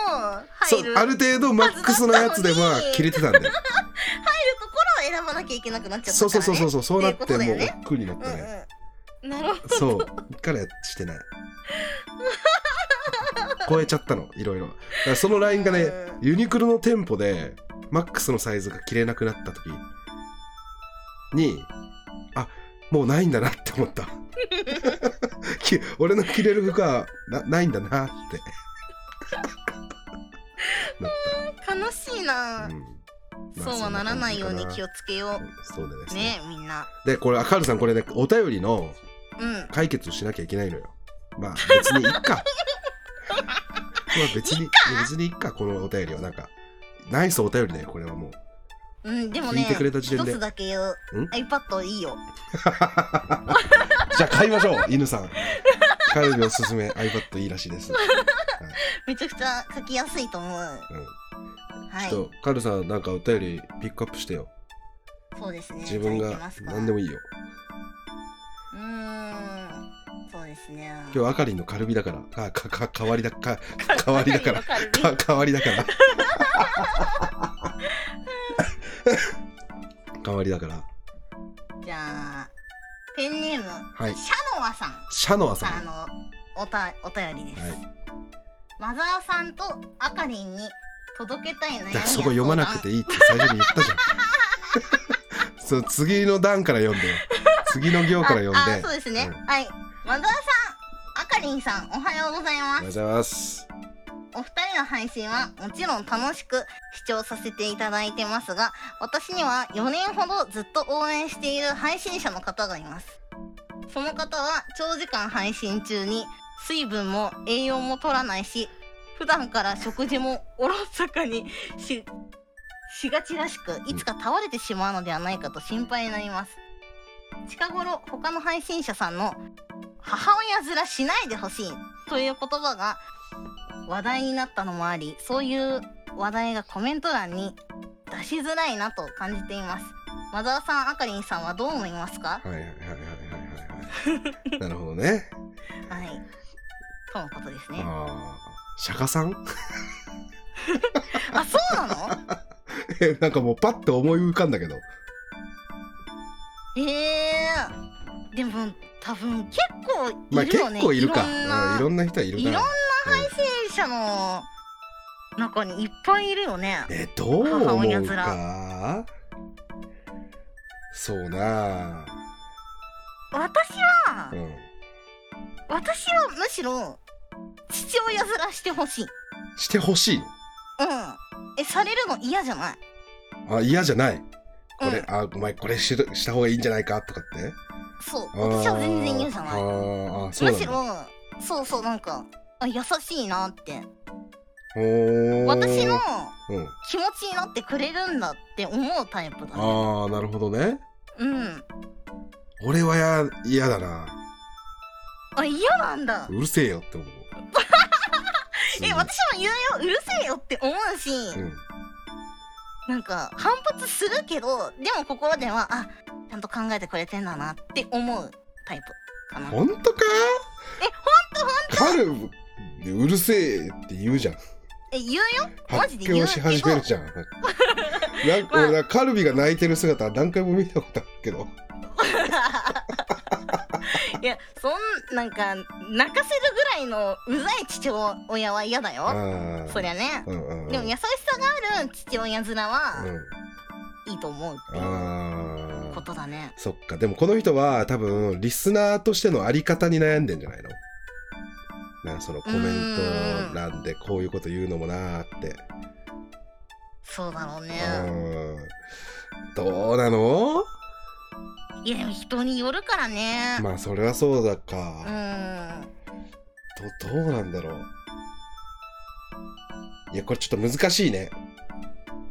A: そ
B: 入
A: う
B: る
A: ある程度マックスのやつでは切れて たんだよ
B: 入るところを選ばなきゃいけなくなっちゃった
A: そう
B: か
A: そ
B: ら、
A: う
B: ね、
A: そうそうそうそうなっ
B: って
A: て
B: いうことだ
A: もう
B: よね
A: 億劫になって
B: うん
A: ね
B: うんなるほど
A: そうからして ない超えちゃったのいろいろだからそのラインがね
B: うん
A: ユニクロの店舗でマックスのサイズが着れなくなった時にあもうないんだなって思った き俺の着れる服はなないんだなってなっ
B: 楽しいな
A: た、うんまあ
B: そうはならないように気
A: を
B: をつけよ
A: そうだです
B: う
A: ね
B: ねみんな
A: でこれあカールさんこれねお便りの
B: うん
A: 解決をしなきゃいけないのよまあ別にいっか まあ別に別にいっかこのお便りはなんかナイスお便りだよこれはもう
B: うんでも
A: 聞い
B: ね
A: てくれた時点
B: 一
A: で
B: つだけ言うん iPad いいよ
A: じゃあ買いましょう犬さんカルビおすすめ iPad いいらしいです、はい
B: めちゃくちゃ書きやすいと思うは
A: うん
B: い
A: ちょっとカルさんなんかお便りピックアップしてよ
B: そうですね
A: 自分
B: じゃあ行き
A: が
B: ますか
A: 何でもいいよ
B: うーんそうですね
A: 今日あかりんのカルビだからあかか代わりだ か代わりだから
B: わかる
A: か代わりだから 代わりだから
B: じゃあペンネーム、
A: はい
B: シャノワさん
A: シャノアさん
B: からのおたお便りです、
A: は
B: マザーさんとあかりんに届けたい悩み
A: いだ
B: や相談
A: そこ読まなくていいって最初に言った じゃんそう次の段から読んでよ次の行から読んで
B: ああそうですね、
A: うん
B: はいマザーさんあかりんさんおはようござい
A: お
B: ま
A: はようご
B: す
A: ざいます
B: お二人の配信はもちろん楽しく視聴させていただいてますが私には4年ほどずっと応援している配信者の方がいますその方は長時間配信中に水分も栄養も取らないし普段から食事もおろそかにし しがちらしくいつか倒れてしまうのではないかと心配になります近頃他の配信者さんの「母親面しないでほしい」という言葉が話題になったのもありそういう話題がコメント欄に出しづらいなと感じていますマザーさんあかりんさんはどう思いますか
A: はいはいはいはいはいはいなるほどね
B: はいとのことですね
A: ああ釈迦さん
B: あそうなの
A: えなんかもうパッと思い浮かんだけど
B: えー、でも多分結構
A: まあ
B: いる
A: 結
B: よね、
A: 構いるか
B: いろん
A: うん
B: ない
A: ろんな人はいる
B: いろんな
A: 配
B: 出演者の中にいっぱいいるよね
A: えどう
B: 母
A: 思
B: 親
A: う
B: 面
A: かそうなあ
B: 私は
A: うん
B: 私はむしろ父親面してほしいうん
A: してほしい
B: えされるの嫌じゃない
A: のあ嫌じゃないこれ、
B: うん、
A: あお前これしした方がいいんじゃないかとかって
B: そう
A: あー
B: 私は全然嫌じゃない
A: あ
B: む
A: ーあそうなん
B: し
A: だ
B: ろそうそうなんかあ優しいなって
A: ほー
B: 私の
A: うん
B: 気持ちになってくれるんだって思うタイプだね
A: ああなるほどね
B: うん
A: 俺はや嫌だな
B: あ嫌なんだ
A: うるせえよって思う
B: え私も言うようるせえよって思うし、
A: うん
B: なんか反発するけどでも心ではあちゃんと考えてくれてんだなって思うタイプかな
A: 本当かえ本当本当カルうるせえって言うじゃん
B: え言うよマ
A: 発
B: ジで言
A: 狂
B: う
A: し始めるじゃんなんか、
B: まあ
A: 俺なカルビが泣いてる姿何回も見たことあるけど
B: いやそんなんか泣かせるぐらいのうざい父親は嫌だ
A: あ
B: よ
A: ー
B: そりゃね
A: うんうんうん
B: でも優しさがある父親面
A: う
B: は
A: ん
B: いいと思うっていう
A: あ
B: こ
A: ー
B: とだね
A: そっかでもこの人は多分リスナーとしてのあり方に悩んでんじゃないのなんかそのコメント欄でこういうこと言うのもなーって
B: そうだろうね
A: うんどうなの
B: いやでも人によるからね
A: まあそれはそうだ
B: う
A: か、
B: ーん
A: どどうなんだろういやこれちょっと難しいね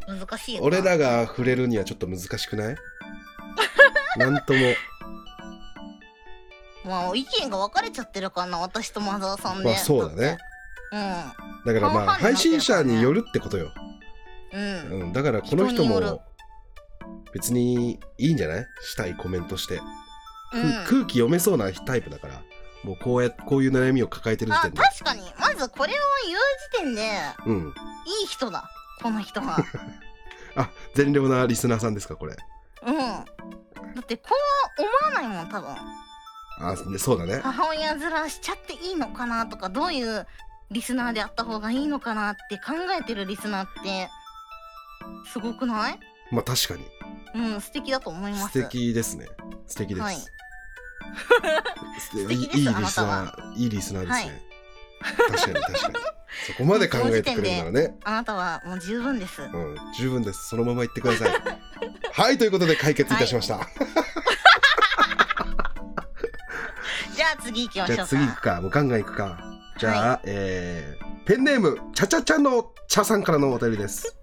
B: 難しいよな
A: 俺らが触れるにはちょっと難しくない なんとも
B: まあ意見が分かれちゃってるからな私とマザーさんで
A: まあそうだね
B: だ
A: だからまあ
B: 半々になってるからね
A: 配信者によるってことよ、
B: ってうんうん
A: うん、だからこの人
B: 人による
A: も別にいいんじゃないしたいコメントして、く
B: うん
A: 空気読めそうなタイプだからもうこうやこういう悩みを抱えてる時
B: あ
A: 点で
B: 確かにまずこれを言う時点で
A: うん
B: いい人だこの 人は
A: あ善良なリスナーさんですかこれ
B: うんだってこう思わないもん多分
A: あでそうだね
B: 母親面しちゃっていいのかなとかどういうリスナーであった方がいいのかなって考えてるリスナーってすごくない
A: まあ確かに
B: うん素敵だと思いま
A: 素
B: す
A: 敵ですね 素敵です、
B: はい
A: 素敵
B: 素敵です
A: いいいい
B: あ
A: リ
B: な
A: ス
B: た
A: ナ
B: は
A: ーいいリスナーですね、確かに確かにそこまで考えてくれるならね
B: あなたはもう十分です
A: うん、十分ですそのまま言ってく ださいはいということで解決いたしました、
B: じゃあ次行きま
A: じ
B: しょう
A: ゃあ
B: か
A: 次行くかもうガンガン行くかじゃあ、えーペンネームちゃちゃちゃのちゃさんからのお便りです、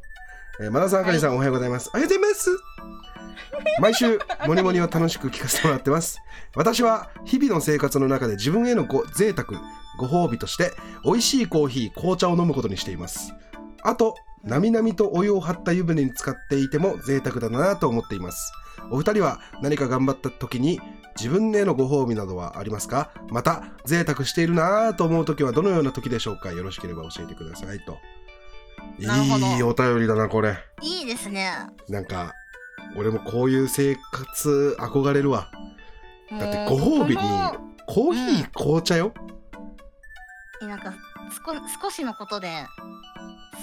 A: えー、マナさんあかりさん、おはようございますおはようございます 毎週モニモニを楽しく聞かせてもらってます私は日々の生活の中で自分へのご贅沢ご褒美として美味しいコーヒー紅茶を飲むことにしていますあとなみなみとお湯を張った湯船に使っていても贅沢だなと思っていますお二人は何か頑張った時に自分へのご褒美などはありますかまた贅沢しているなぁと思う時はどのような時でしょうかよろしければ教えてくださいとい
B: なるほど
A: いお便りだなこれ
B: いいですね
A: なんか俺もこういう生活憧れるわだってご褒美に
B: もう
A: コーヒー、紅茶よ
B: えなんか少少しのことで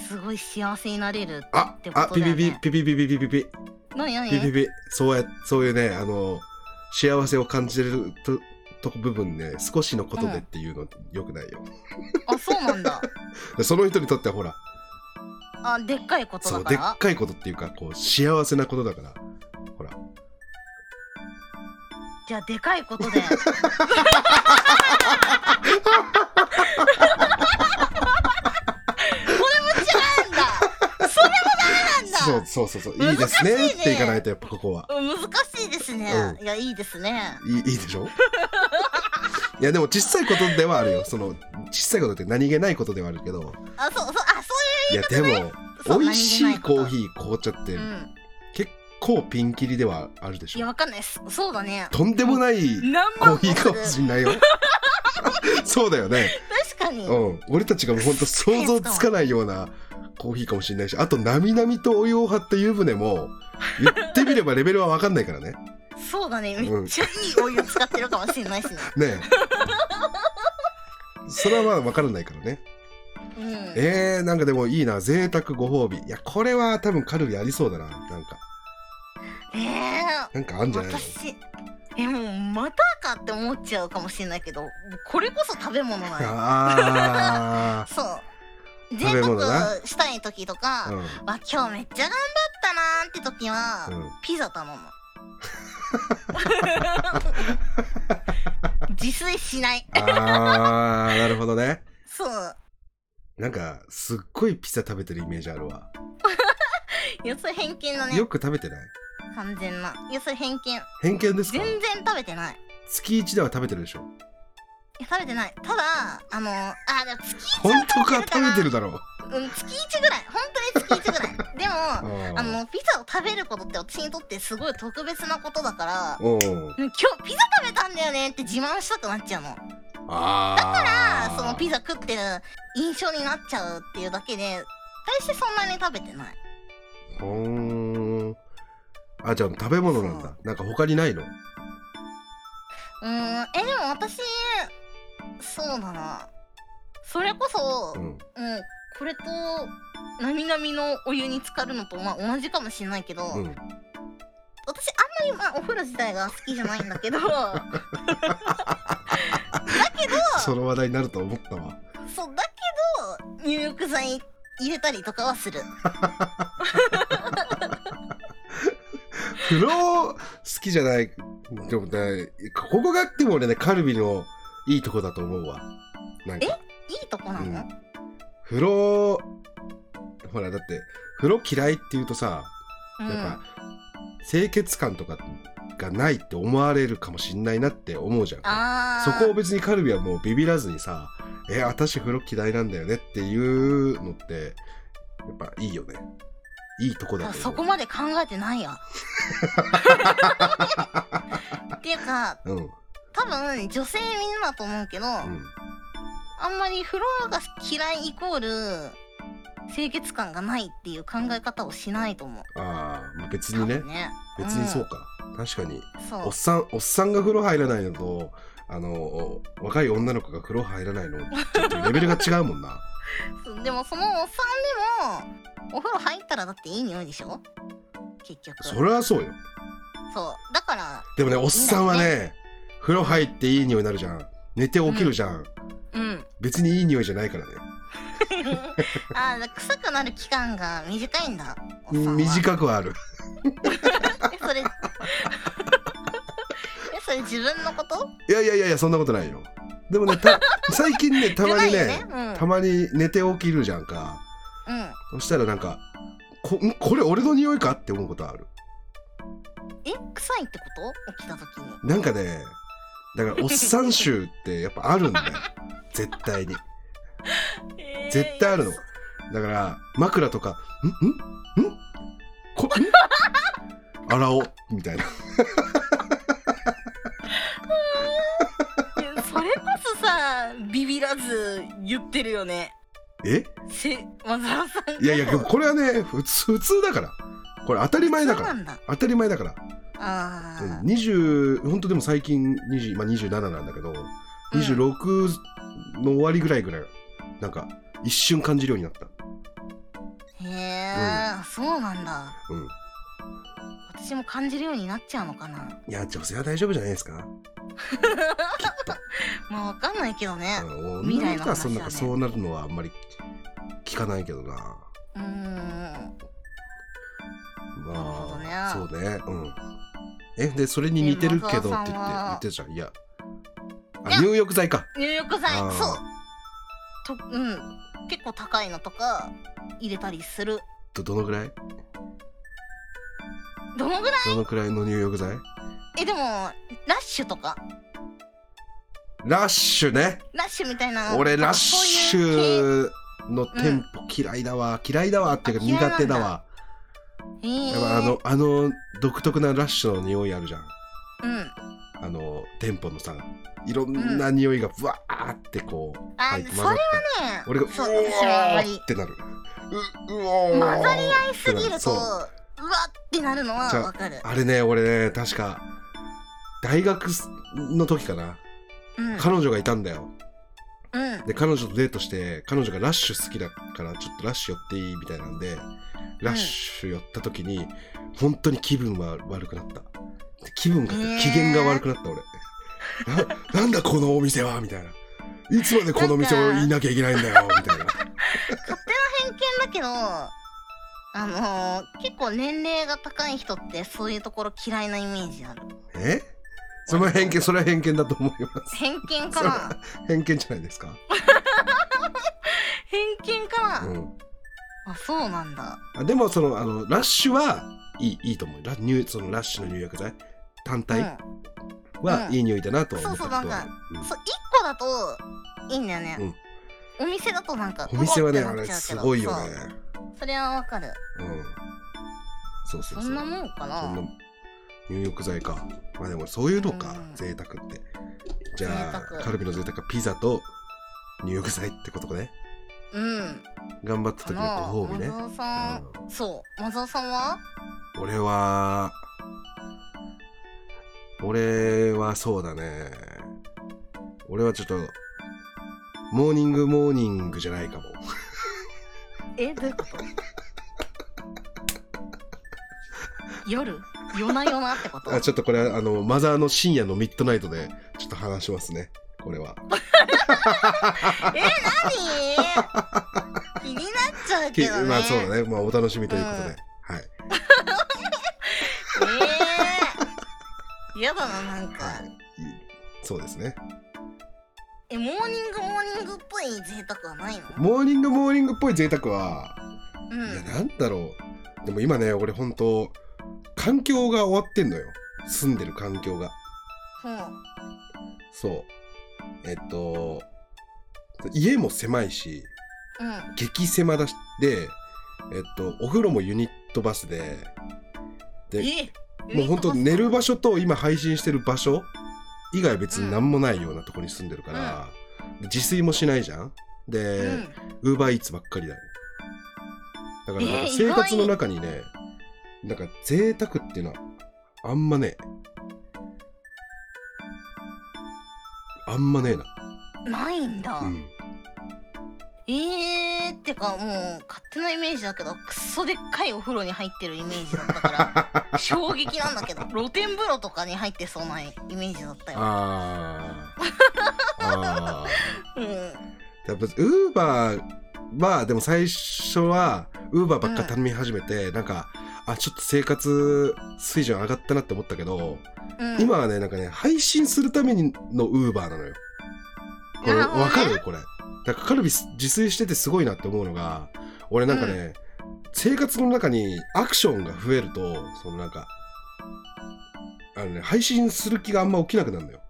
B: すごい幸せになれる
A: あ
B: ってこ
A: あ
B: と
A: ピ
B: だ
A: ピ
B: よ
A: ピ
B: ね
A: ピピピピピピピ
B: 何何
A: ピピピそうやそういうねあの幸せを感じるととこ部分ね少しのことでっていうのよくないよ、
B: あそうなんだ
A: その人にとってはほら
B: あでっかいこと
A: そ
B: だ
A: う
B: か
A: でっ
B: ら
A: かいことっていうかこう幸せなことだからほら
B: じゃあでかいこ とでこれも違うんだそれもダメ
A: そ
B: なん
A: う
B: だ
A: そうそうそうい
B: 難し
A: い
B: いね
A: ですねっていかないとやっぱここは
B: うん難しいですね、
A: う
B: いやいいですね
A: いいいでしょ いやでも小さいことではあるよその小さいことって何気ないことではあるけど
B: あそうそうあ
A: いやでも
B: そういう
A: 美味しいコーヒ
B: ー
A: ー紅茶って
B: うん
A: 結構ピンキリではあるで
B: い
A: し
B: や
A: ょ
B: わかんないそそうだね
A: とんでもない
B: 何
A: コー
B: 万
A: ヒーかも
B: もす
A: し
B: る
A: んないよ そうだよね
B: 確かに、
A: うん、俺たちがもうほんと想像つかないようなコーヒーかもしれないしあとなみなみとお湯を張った湯船も言ってみればレベルは分かんないからね
B: そうだね、
A: うん
B: めっちゃいいお湯使ってるかもしれないしね。
A: ねえそれはまあ分からないからね
B: うん、
A: えー、なんかでもいいな贅沢ご褒美いやこれは多分カロリーありそうだななんか
B: え
A: なんかあん
B: ー、
A: じゃないの
B: 私、え、もうまたかって思っちゃうかもしれないけど、これこそ食べ物なの。
A: あ
B: そう。
A: 食
B: 贅
A: べ物な
B: 沢したい時とか、
A: あ、うん
B: わ、今日めっちゃ頑張ったなーって時は、
A: うん
B: ピザ 頼む。自炊しない。
A: あーなるほどね
B: そう。
A: なんかすっごいピザ食べてるイメージあるわ
B: いや、それ偏見だね
A: よ。く食べてない
B: 完全な。いや、それ偏見。
A: 偏見ですか
B: 全然食べてない。
A: 月1では食べてるでしょ
B: いや食べてないただあのあでも月
A: 本当か食べてるだろう
B: うん月1ぐらい本当に月1ぐらい でもあ
A: あ
B: のピザを食べることって私にとってすごい特別なことだから
A: うん
B: うん今日ピザ食べたんだよねって自慢したくなっちゃうの
A: あだ
B: あそのピ
A: ザ
B: ザ食ってる印象になっちゃうっていうだけで大してそんなに食べてない
A: ほーんあじゃあ食べ物なん
B: そ
A: だ
B: う
A: なんか他にないの
B: うーんえでも私そうだなそれこそ、
A: うん
B: うん、これとなみなみのお湯に浸かるのとまあ同じかもしれないけど、
A: うん
B: 私あんまり、まあ、お風呂自体が好きじゃないんだ けど
A: その話題になると思ったわ
B: そうだけど入浴剤入れたりとかはする
A: 風呂好きじゃないでもねここがでも俺ねカルビのいいとこだと思うわなんか
B: いいとこなの、
A: うん風呂ほらだって風呂嫌いって言うとさ
B: うん
A: やっぱ清潔感とかがないって思われるかもしんないなって思うじゃん
B: あ
A: そ
B: ー
A: こを別にカルビはもうビビらずにさ「え私風呂嫌いなんだよね」っていうのってやっぱいいよねいいとこだ
B: あ
A: と
B: そ
A: 思
B: こ
A: う
B: まで考えてないやっていうか
A: うん
B: 多分女性みんなだと思うけど、
A: うん
B: あんまり風呂が嫌いイコール清潔感がないっていう考え方をしないと思う
A: あーまあ別にね
B: 多分ね
A: 別にそうか、確かに
B: そう
A: おっさんおっさんが風呂入らないのとあの若い女の子が風呂入らないのちょっとレベルが違うもんな
B: そうでもそのおっさんでもお風呂入ったらだっていい匂いでしょ結局
A: そりゃそうよ
B: そうだから
A: でもねおっさんはね風呂入っていい匂いになるじゃん寝て起きるじゃん、
B: うん
A: 別にいい匂いじゃないからね
B: あー臭くなる期間が短いんだおっさんは
A: 短くはある
B: えそれ えそれ自分のこと
A: いやいやいやいやそんなことないよでもね た最近ねたまに
B: じ
A: ね
B: ゃないよねうん
A: たまに寝て起きるじゃんか
B: うん
A: そしたらなんかこんこれ俺の匂いかって思うことある
B: え臭いってこと起きた時に
A: なんかねだからおっさん臭ってやっぱあるんだよ 絶対に絶対あるのだから枕とか「んんんこん洗おう」みたいな
B: いやそれこそさビビらず言ってるよね
A: え
B: せマザラさん
A: いやいやでもこれはね普通普通だからこれ当たり前だか
B: そう
A: ら
B: なんだ
A: 当たり前だから
B: あ
A: うん
B: あ、
A: 20本当でも最近20、まあ、27なんだけど26の終わりぐらいぐらいなんか一瞬感じるようになった、
B: へえ、そうなんだ
A: うん、
B: 私も感じるようになっちゃうのかない
A: や女性は大丈夫じゃないです か、
B: まあわかんないけどね
A: うん
B: 未
A: 女
B: 来
A: の
B: の話
A: 人
B: だね
A: はそんなそうなるのはあんまり聞かないけどな
B: うーんなるほどね
A: まあそうねうんえでそれに似てるけどって言って
B: 松尾さんは
A: 言ってたじゃんいや
B: いや
A: あ入浴剤か
B: 入浴剤
A: あー
B: そうとうん結構高いのとか入れたりする
A: どどのぐらい
B: どのぐらい
A: どのくらいの入浴剤
B: えでもラッシュとか
A: ラッシュね
B: ラッシュみたいな
A: 俺ラッシ
B: そういう
A: ュのテンポ嫌いだわ、嫌いだわっていうか
B: あ嫌いなんだ
A: 苦手だわ
B: 系へえ
A: やっぱあのあの独特なラッシュの匂いあるじゃん
B: うん
A: あのテンポのさいろんな匂いがブワーってこう
B: あ
A: 入って混ざ
B: そ
A: っ
B: れ
A: て
B: ね
A: 俺がう
B: そう私はあん
A: わ
B: ま
A: ー
B: り
A: ってなるううおー
B: 混ざり合いすぎる
A: って
B: とう
A: なそう
B: わってなるのは
A: じゃあ
B: わかる
A: あれね俺ね確か大学の時かな
B: うん
A: 彼女がいたんだよ
B: うん
A: で彼女とデートして彼女がラッシュ好きだからちょっとラッシュ寄っていいみたいなんでラッシュ寄った時に本当に気分は悪くなったで気分が
B: へー
A: 機嫌が悪くなった俺な なんだこのお店はみたいないつまでこのお店をいなきゃいけないんだよみたいな
B: 偏見だけどあのー結構年齢が高い人ってそういうところ嫌いなイメージある
A: えその偏見それは偏見だと思います
B: 偏見かな
A: 偏見じゃないですか、
B: 偏見かな、
A: うん、
B: あそうなんだ
A: あでもそのあのラッシュはいいいいと思うラ入そのラッシュの入浴剤単
B: うん
A: 体は
B: うん
A: いい匂いだなとは思ったけど、
B: そうそうなんか
A: うん
B: そう1個だといいんだよね、お店だとなんか
A: お店はね
B: うわ
A: あ
B: ってな
A: れ
B: っちゃうけ
A: す
B: ど
A: ごいよね
B: そうそれはわかる
A: うんそうそうそ
B: そう
A: そ
B: んなもんか
A: ん
B: な
A: な入浴剤かまあでもそういうのか、
B: うん
A: 贅沢ってじゃ
B: 贅
A: あ
B: 沢
A: カルビの贅沢はピザと入浴剤ってことかね
B: うん
A: 頑張った
B: か
A: 時
B: な
A: のご褒美ね、
B: マザオさん、そうマザオさんは
A: うん、俺は俺はそうだね俺はちょっとモーニングモーニングじゃないかも
B: えどういうこと夜夜な夜なってこと
A: あちょっとこれあのマザーの深夜のミッドナイトでちょっと話しますねこれは
B: え何気になっちゃうけ
A: き
B: どね、
A: まあそうだねまあお楽しみということで、
B: うん
A: はい
B: えー、やだななんか、
A: はいそうですね
B: えモーニングモーニングっぽい贅沢はないの
A: モーニングモーニングっぽい贅沢は、
B: う
A: いや
B: ん
A: なんだろうでも今ね俺本当環境が終わってんのよ住んでる環境が
B: そう
A: そうえっと家も狭いし
B: うん
A: 激狭だしでえっとお風呂もユニットバスでで
B: え
A: もう本当寝る場所と今配信してる場所以外別に何もないようなとこに住んでるから、で自炊もしないじゃん
B: う
A: で
B: ん、
A: ウーバーイーツばっかりだよだからなん
B: え
A: か
B: ー
A: 生活の中にね、なんか贅沢っていうのはあんまねあんまねえな、
B: ないんだ、
A: うん、
B: えーってかもう勝手なイメージだけどクソでっかいお風呂に入ってるイメージだったか ら衝撃なんだけど露天風呂とかに入ってそうなイメージだったよ。
A: あーあー
B: うん
A: やっぱウーバーまあでも最初はウーバーばっか頼み始めて、なんかあちょっと生活水準上がったなって思ったけど、
B: うん、
A: 今はねなんかね配信するためにのウーバーなのよこれ
B: なるほどね
A: わかるこれだからカルビス自炊しててすごいなって思うのが俺なんかね、生活の中にアクションが増えるとそのなんかあのね配信する気があんま起きなくなるのよ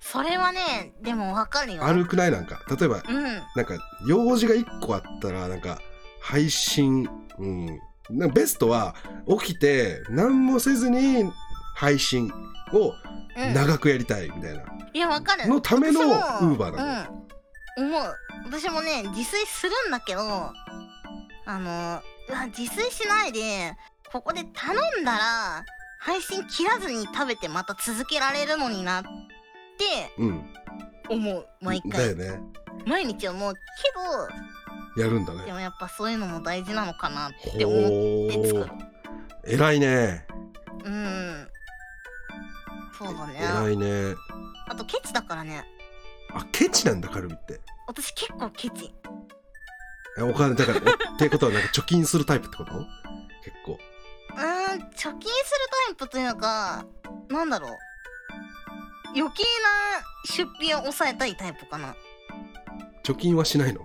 B: それはねでもわかるよ。
A: あるくないなんか例えば
B: うん
A: なんか用事が1個あったらなんか配信うんなんかベストは起きて何もせずに配信を
B: うん、
A: 長くやりたいみたいな、
B: いやわかる
A: のためのウ
B: 私も
A: ーバーなの、
B: うん思う私もね自炊するんだけどあのうわ自炊しないでここで頼んだら配信切らずに食べてまた続けられるのになって
A: うん、
B: 思う毎
A: だ
B: 回
A: よね
B: 毎日思うけ
A: やるんだ
B: どで
A: ね
B: もやっぱそういうのも大事なのかなって
A: ほ
B: 思って作る
A: ー偉いね
B: うんそうだ
A: 偉
B: ね
A: いね
B: あとケチだからね
A: あケチなんだカルビって
B: 私結構ケチ
A: えお 金だからってことはなんか貯金するタイプってこと結構
B: うーん貯金するタイプというかなんだろう余計な出費を抑えたいタイプかな
A: 貯金はしないの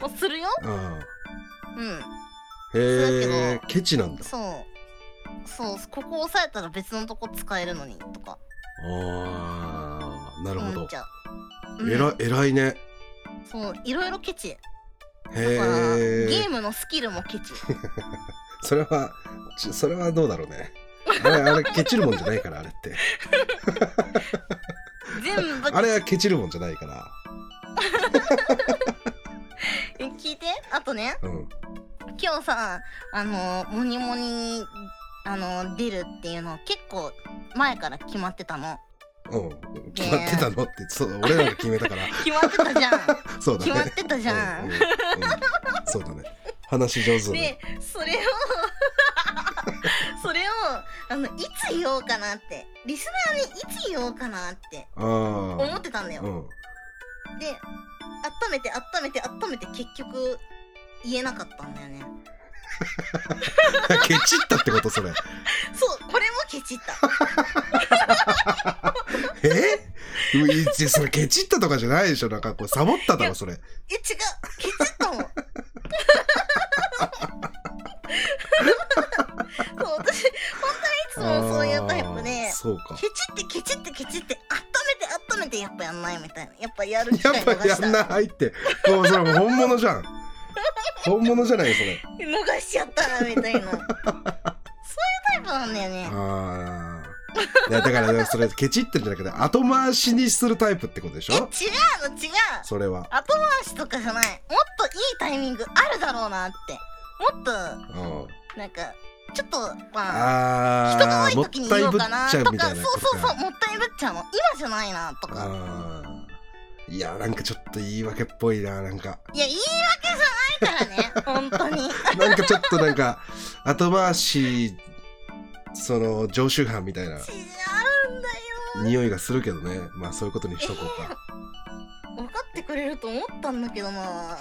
B: もうするよ
A: あ
B: うん
A: あへ
B: だ
A: え
B: け
A: ケチなんだ
B: そうそうここ抑えたら別のとこ使えるのにとか
A: ああなるほ
B: 思
A: ど
B: っちゃう、うん
A: えら偉いね
B: そういろいろケチだから
A: へ
B: ゲ
A: え
B: ームのスキルも ケチ
A: それはちそれはどうだろうねあれあれケチるもんじゃないからあれ って
B: 全部
A: あれはケチるもんじゃないから
B: え聞いてあとね
A: うん
B: 今日さあのモニモニにあの出るっていうの結構前から決まってたの
A: うん決まってたのってそう俺らが決め たから
B: 決まってたじゃん
A: そうだ
B: 決まっ
A: ね
B: てたじゃ
A: うん
B: ん
A: うんうんそうだね話上手だね
B: でそれを それをあのいつ言おうかなってリスナーにいつ言おうかなって
A: あ
B: 思ってたんだ
A: あ
B: よ、
A: うん
B: で温めて温めて温めて結局言えなかったんだよね
A: ケチったってことそれ
B: そうこれもケチった
A: えういちそれケチったとかじゃないでしょなんかこうサボっただろそれ
B: え違うケチった もんそう私本当にいつもそういうタイプ
A: あ
B: で
A: ーそうか
B: ケチってケチってケチって温めて温めてやっぱやんないみたいなやっぱやる機
A: や
B: 会
A: っ
B: 逃
A: ぱや
B: し
A: ん
B: た
A: ないってもうそれもう本物 じゃん本物じゃないよそれ
B: 逃しちゃったみたいなそういうタイプなんだよね
A: ああいやだからそれケチってるんじゃなくて後回しにするタイプってことでし
B: え違う
A: ょ
B: の違う
A: それは
B: 後回しとかじゃないもっといいタイミングあるだろうなってもっと
A: うん
B: なんかちょっとまあ人が
A: あ
B: 多い
A: あもっ
B: 時に
A: たい
B: 言おう
A: ぶっ
B: かな
A: ちゃう
B: と
A: み
B: か
A: た
B: そ
A: いな
B: う
A: こと
B: そう
A: か
B: そうもったいぶっちゃうの今じゃないなとか
A: あーいやなんかちょっと言い訳っぽいななんか
B: いや言い訳じゃないからね本 当に
A: なんかちょっとなんか 後回しその常習犯みたいな
B: 違うんだよ
A: 匂いがするけどねまあそういうことにしとこう か
B: 分かってくれると思ったんだけどな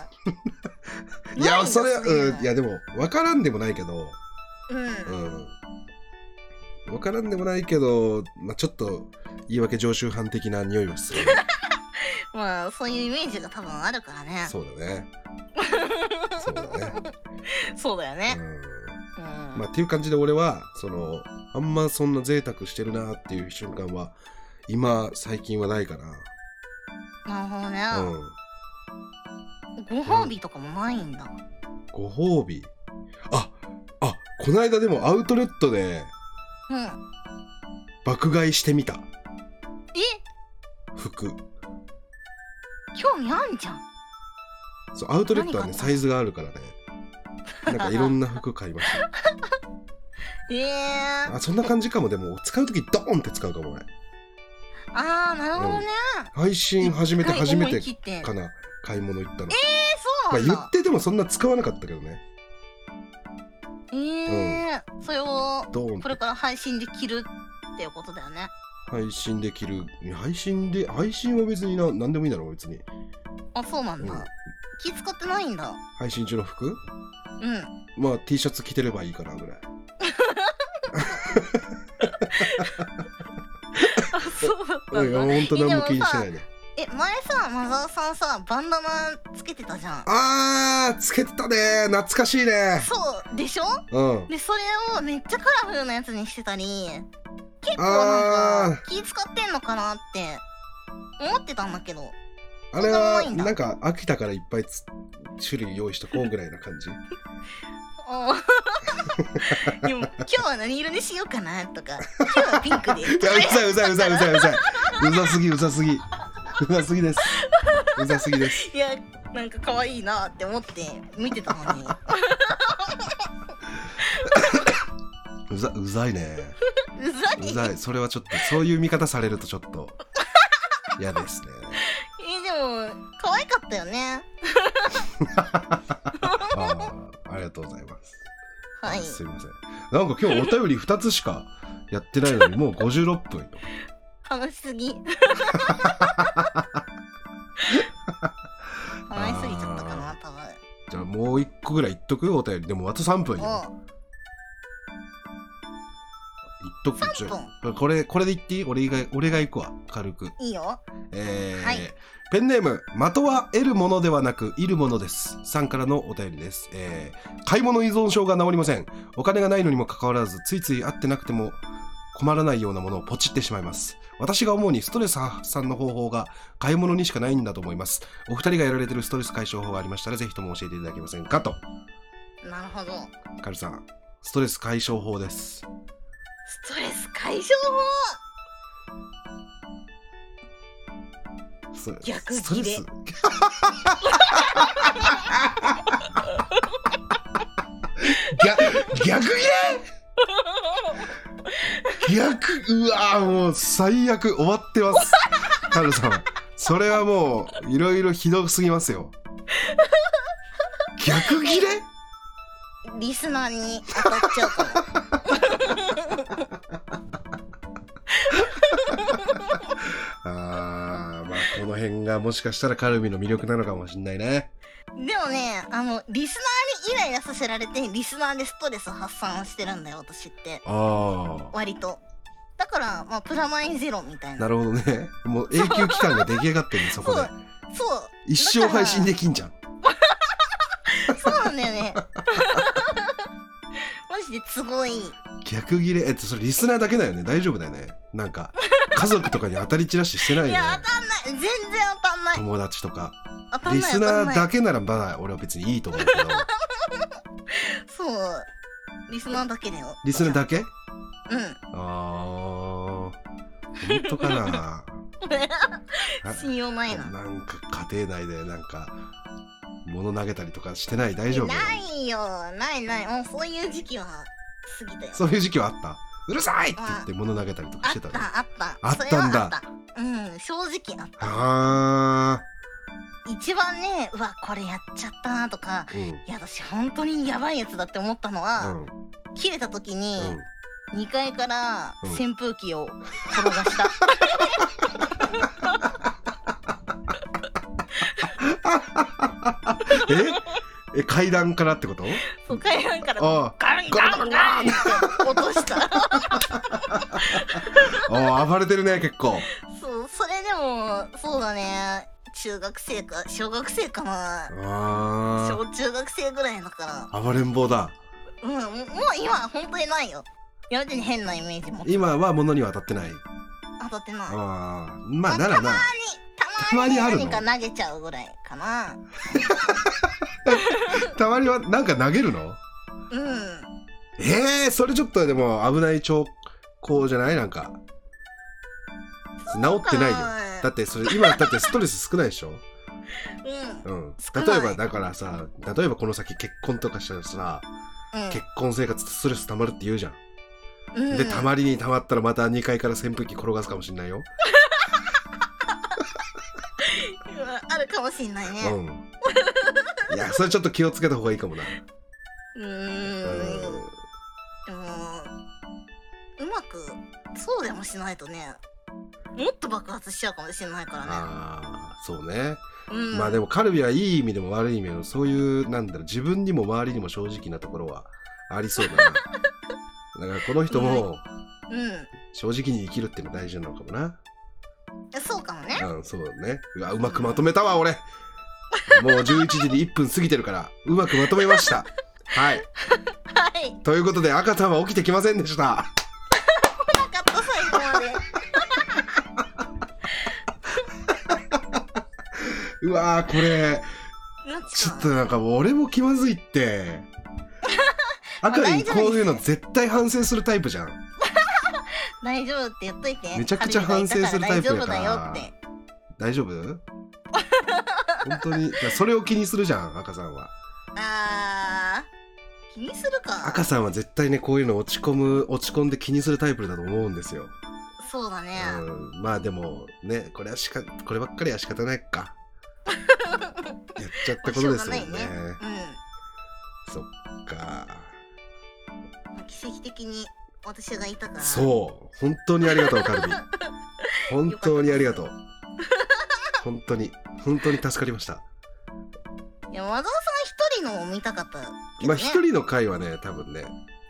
A: いやそれ
B: ないんですね
A: うんいやでも分からんでもないけど
B: うん、
A: うん分からんでもないけど、まあ、ちょっと言い訳常習犯的な匂いはする
B: まあそういうイメージが多分あるからね
A: そうだねそうだ ね、
B: そうだよね。う。
A: うんんまあ、っていう感じで俺はそのあんまそんな贅沢してるなっていう瞬間は今最近はないか
B: な
A: な、
B: る
A: う
B: ほどね。
A: ん、
B: ご褒美とかもないんだ。
A: ご褒美ああこの間でもアウトレットで
B: うん。え
A: 爆買いしてみた服
B: 興味あんじゃん。
A: そうアウトレットはね
B: 何買った
A: サイズがあるからねなんかいろんな服買いました
B: ええー。
A: あそんな感じかもでも使う時ドーンって使うかも俺
B: ああ、なるほどね。
A: 配信始めて
B: 一回
A: 初め
B: 思い
A: て
B: 切って。えー、
A: かな買い物行ったの
B: そ
A: まあ、
B: なん
A: 言
B: だ、
A: っててもそんな使わなかったけどね
B: ええそれを
A: ドーン
B: これから配信で着るっていうことだよね
A: 配信できる配信で配信は別にな何でもいいだろう別に、
B: あそうなんだ、
A: うん
B: 気使ってないんだ
A: 配信中の服
B: うん
A: まあ T シャツ着てればいいかなぐらい
B: あそうだ
A: う
B: っ
A: んいやほんと何も気にしてないいね
B: え前さマザーさんさバンダナつけてたじゃん
A: あーつけてたね懐かしいね
B: そうでしょ
A: うん
B: でそれをめっちゃカラフルなやつにしてたり結構
A: あー
B: なんか気使ってんのかなって思ってたんだ けど
A: あれ
B: そ
A: は
B: んなもんいいんだ
A: なんか秋田からいっぱいつ種類用意しとこうぐらいな 感じ
B: おーでも今日は何色にしようかなとか今日はピンクで
A: いやうざいうざいうざいうざいうざいうざすぎうざすぎうざすぎですうざすぎです
B: いやなんか可愛いなって思って見て たのに
A: うざうざいね
B: うざいう
A: ざいそれはちょっとそういう見方されるとちょっと嫌ですね
B: えでも可愛かったよね
A: あーありがとうございます
B: はい
A: すいませんなんか今日お便り2つしかやってないのにもう56分よ
B: 楽しすぎ可愛すぎちゃったかな多分
A: じゃあもう1個ぐらい言っとくよお便りでもあと3分よ
B: おう
A: 言っとく
B: 3分
A: ちょこれこれで言っていい俺以外俺が行くわ軽く
B: いいよ
A: えー
B: はい
A: ペンネーム的は得るものではなくいるものですさんからのお便りです、えー買い物依存症が治りませんお金がないのにもかかわらずついつい合ってなくても困らないようなものをポチってしまいます私が思うにストレス発散の方法が買い物にしかないんだと思いますお二人がやられてるストレス解消法がありましたらぜひとも教えていただけませんかと
B: なるほど
A: カルさんストレス解消法です
B: ストレス解消
A: スト
B: 逆
A: スト
B: ギ
A: レ
B: レ
A: ス 逆逆ギレ逆うわーもう最悪終わってますカルさんそれはもういろいろひどすぎますよ逆ギレ
B: 法リスナーに当たっちゃうかも
A: あーまあこの辺がもしかしたらカルビの魅力なのかもしんないね
B: でもねあのリスナーにイライラさせられてリスナーでストレス発散をしてるんだよ私って
A: あ
B: 割とだからまあプラマイゼロみたい
A: あ
B: な
A: なるほどねもう永久期間が出来上がってるねそこで
B: そう
A: 一生配信できんじゃん
B: そうなんだよ ねマジですごい
A: 逆ギレえっとそれリスナーだけだよね大丈夫だよねなんか家族とかに当たり散らししてない
B: い
A: よね
B: や当たんない全然当たんない
A: 友達とか
B: 当たん
A: リ
B: ない
A: ス
B: 当た
A: ナ
B: んな
A: ー
B: い
A: だけならまだ俺は別にいいと思うけど
B: そうリスナーだけだよ
A: リスナーだけ
B: うん
A: ああ本当か なあ
B: 信用ないな
A: なんか家庭内でなんか物投げたりとかしてない大丈夫
B: ないよないないもうそういう時期は過ぎたよ
A: そういう時期はあったうるさいって言って物投げたりとか
B: あ
A: し
B: っ
A: た
B: て
A: の
B: たあった
A: あったんだ
B: それはあったうん正直あった
A: あ
B: 一番ねうわこれやっちゃったなとか
A: ーうん
B: いや私本当にやばいやつだって思ったの
A: う
B: は、
A: ん
B: 切れた時に
A: うん
B: 2階から
A: うん
B: 扇風機を転が した、
A: え え階段からってこと
B: そう階段から
A: あ
B: ガンガンガンって落とした
A: ーあー暴れてるね結構
B: そうそれでもそうだね中学生か小学生かな
A: あ
B: 小中学生ぐらいだから
A: あ暴れん坊だ
B: うん、もうもう今は本当にないよ。やめてね、変なイメージも
A: 今は物には当たってない
B: 当たってない。たま
A: ああまあならな
B: に、たまに
A: たまにあるの
B: 何か投げちゃうぐらいかな。
A: たまにはなんか投げるの
B: うん。
A: ええー、それちょっとでも危ない兆候じゃないなんか治ってないよだってそれ今だってストレス少ないでしょ、
B: うん。
A: うん、
B: 少な
A: 例え
B: い
A: ばだからさ例えばこの先結婚とかしたらさ結婚生活ってストレス溜まるって言うじゃん、
B: うん。うん、
A: でたまりに溜まったらまた2階から扇風機転がすかもしんないよ、
B: うんあるかもしんないね。
A: うんいやそれちょっと気をつけた方がいいかもな
B: う
A: う
B: ーん
A: ん
B: でもうまくそうでもしないとねもっと爆発しちゃうかもしれないからね
A: あーそうね、
B: うん
A: まあでもカルビはいい意味でも悪い意味でもそういうなんだろう自分にも周りにも正直なところはありそうだ なだからこの人も
B: うん
A: 正直に生きるっていうの大事なのかもな
B: そうかもね
A: うんそうだねうわうまくまとめたわ俺もう11時に1分過ぎてるからうまくまとめましたはい
B: はい
A: ということで赤ちゃんは起きてきませんでした
B: なかった最後まで
A: うわーこれ
B: なっち
A: ち
B: ゃ
A: ょっ
B: う
A: となんかもう俺も気まずいって 赤ちゃんこういうの絶対反省するタイプじゃん
B: 大丈夫って言っといて
A: めちゃくちゃ反省するタイプだから
B: 大丈夫だよって
A: 大 丈夫本当にいやそれを気にするじゃん赤さんは
B: あー気にするか
A: 赤さんは絶対ねこういうの落ち込む落ち込んで気にするタイプだと思うんですよ、
B: そうだね、
A: うん、まあでもねこれはしかこればっかりは仕方ない かやっちゃったことですもんね
B: まあしょうがないね
A: そっか
B: うんまあ奇跡的に私がいたから
A: そう本当にありがとうカ ルビ本当にありがとう本当に本当に助かりました
B: いや和田さん一人のを見たかったけ
A: ま
B: ど、ね、
A: あ一人の回はね多分ね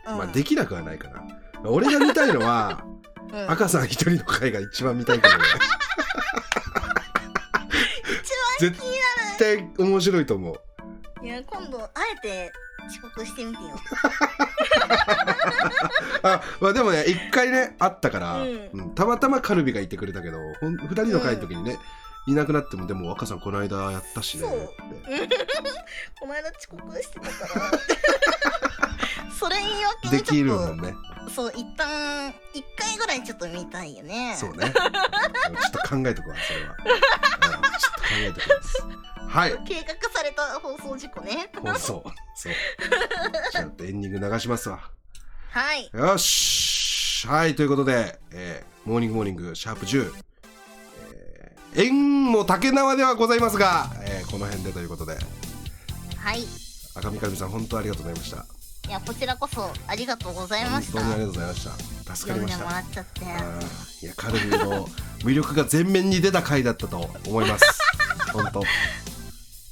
B: うん、
A: まあできなくはないかな。俺が見たいの は
B: うん
A: 赤さん一人の回が一番見たいけどね。絶対面白いと思う。
B: いや今度あえて遅刻してみて よ
A: あ、まあでもね一回ねあったから、
B: う
A: うんんたまたまカルビがいてくれたけど、ほん二人の回の時にね、いなくなってもでも赤さんこの間やったしね
B: そう
A: って。
B: この間遅刻してたからそれ言い訳
A: で
B: に
A: きる
B: ちょ
A: も
B: っ
A: んね。
B: とそう一旦一回ぐらいちょっと見たいよね
A: そうね。ちょっと考えとくわそれ は。うんちょっと考えときます。はい。
B: 計画された放送事故ね
A: 放送。そう。ちょっとエンディング流しますわ。
B: はい
A: よしはい、ということで、えーモーニングモーニング、シャープ10。えー縁も竹縄ではございますが、えーこの辺でということで、
B: はいい
A: 赤見かみさん、本当ありがとうございました。
B: やこちらこそありがとうございま
A: 本
B: し
A: 当
B: た
A: にありがとうございました。助か
B: 読
A: りま
B: んで
A: し
B: も
A: た。
B: ら
A: あ
B: っちゃって
A: ーいや、カルビーの魅力が全面に出た回だったと思います。本当。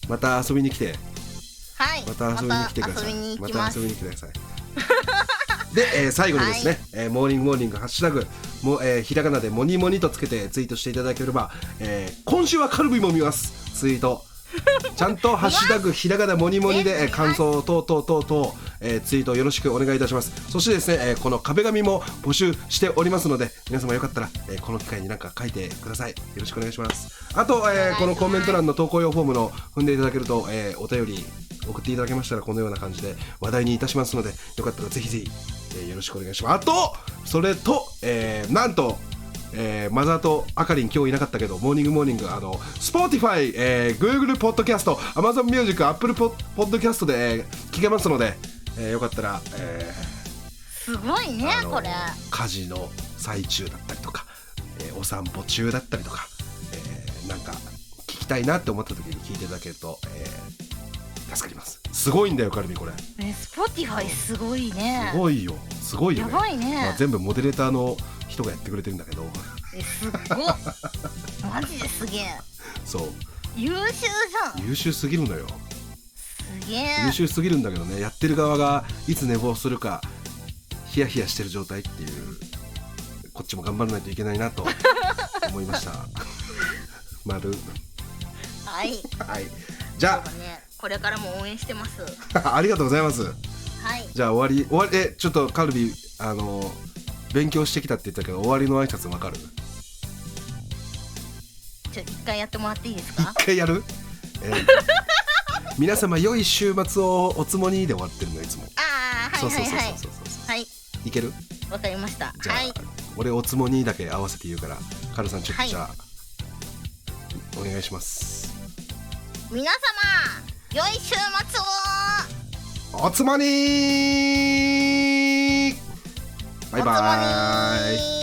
A: また遊びに来て、
B: はい
A: また遊びに来てくだ
B: ま
A: さい
B: た遊びに行
A: ま
B: き
A: た
B: ます
A: 遊びに来てく ださいで、えー最後にですね、
B: は
A: えーモーニングモーニングハッシュタグも、えーひらがなでモニモニとつけてツイートしていただければ、えー今週はカルビも見ますツイー トちゃんとハッシュタグひらがなモニモニで、えー感想等々等々、えーツイートよろしくお願いいたしますそしてですね、えーこの壁紙も募集しておりますので皆様よかったら、えーこの機会になんか書いてくださいよろしくお願いしますあと、
B: 願いし
A: え
B: ま
A: ー
B: す
A: このコメント欄の投稿用フォームの踏んでいただけると、えーお便り送っていただけましたらこのような感じで話題にいたしますのでよかったらぜひぜひ、えーよろしくお願いしますあとそれと、えーなんとえーマザーとあかりん今日いなかったけどモーニングモーニングあの Spotify、えー、Google ポッドキャスト Amazon ミュージック Apple ポポッドキャストで、えー聞けますので、えーよかったら、え
B: すごいね
A: ーあの
B: これ
A: 家事の最中だったりとか、えーお散歩中だったりとか、えーなんか聞きたいなって思った時に聞いていただけると、えー助かりますすごいんだよカルミこれす
B: ね Spotify すごいね
A: ごいよすごいよ
B: や
A: ね
B: ばいね、
A: まあ、全部モデレーターの人がやってくれてるんだけど
B: えすっ ごっマジですげえ
A: そう
B: 優秀じゃん
A: 優秀すぎるのよ
B: すげ
A: 優
B: え
A: 秀すぎるんだけどねやってる側がいつ寝坊するかヒヤヒヤしてる状態っていうこっちも頑張らないといけないなと思いま した丸
B: はい
A: はいじゃ
B: そうだねこれからも応援してますは
A: あ ありがとうございます
B: い
A: じゃあ終わり終わりえちょっとカルビあの勉強してきたって言ったけど終わりの挨拶わかる
B: ちょ一回やってもらっていいです か
A: 一回やる、えー 皆様良い週末をおつもにで終わってるのいつも、
B: ああ
A: そ
B: はいう
A: そう
B: はい
A: そう
B: は
A: そう
B: い
A: そうそう
B: はい
A: いける
B: わかりました
A: じゃあ、
B: はい
A: 俺おつもにだけ合わせて言うからカルさんちょっとじゃあ、お願いします
B: 皆様良い週末を
A: おつもにバイバーイ
B: おつまみ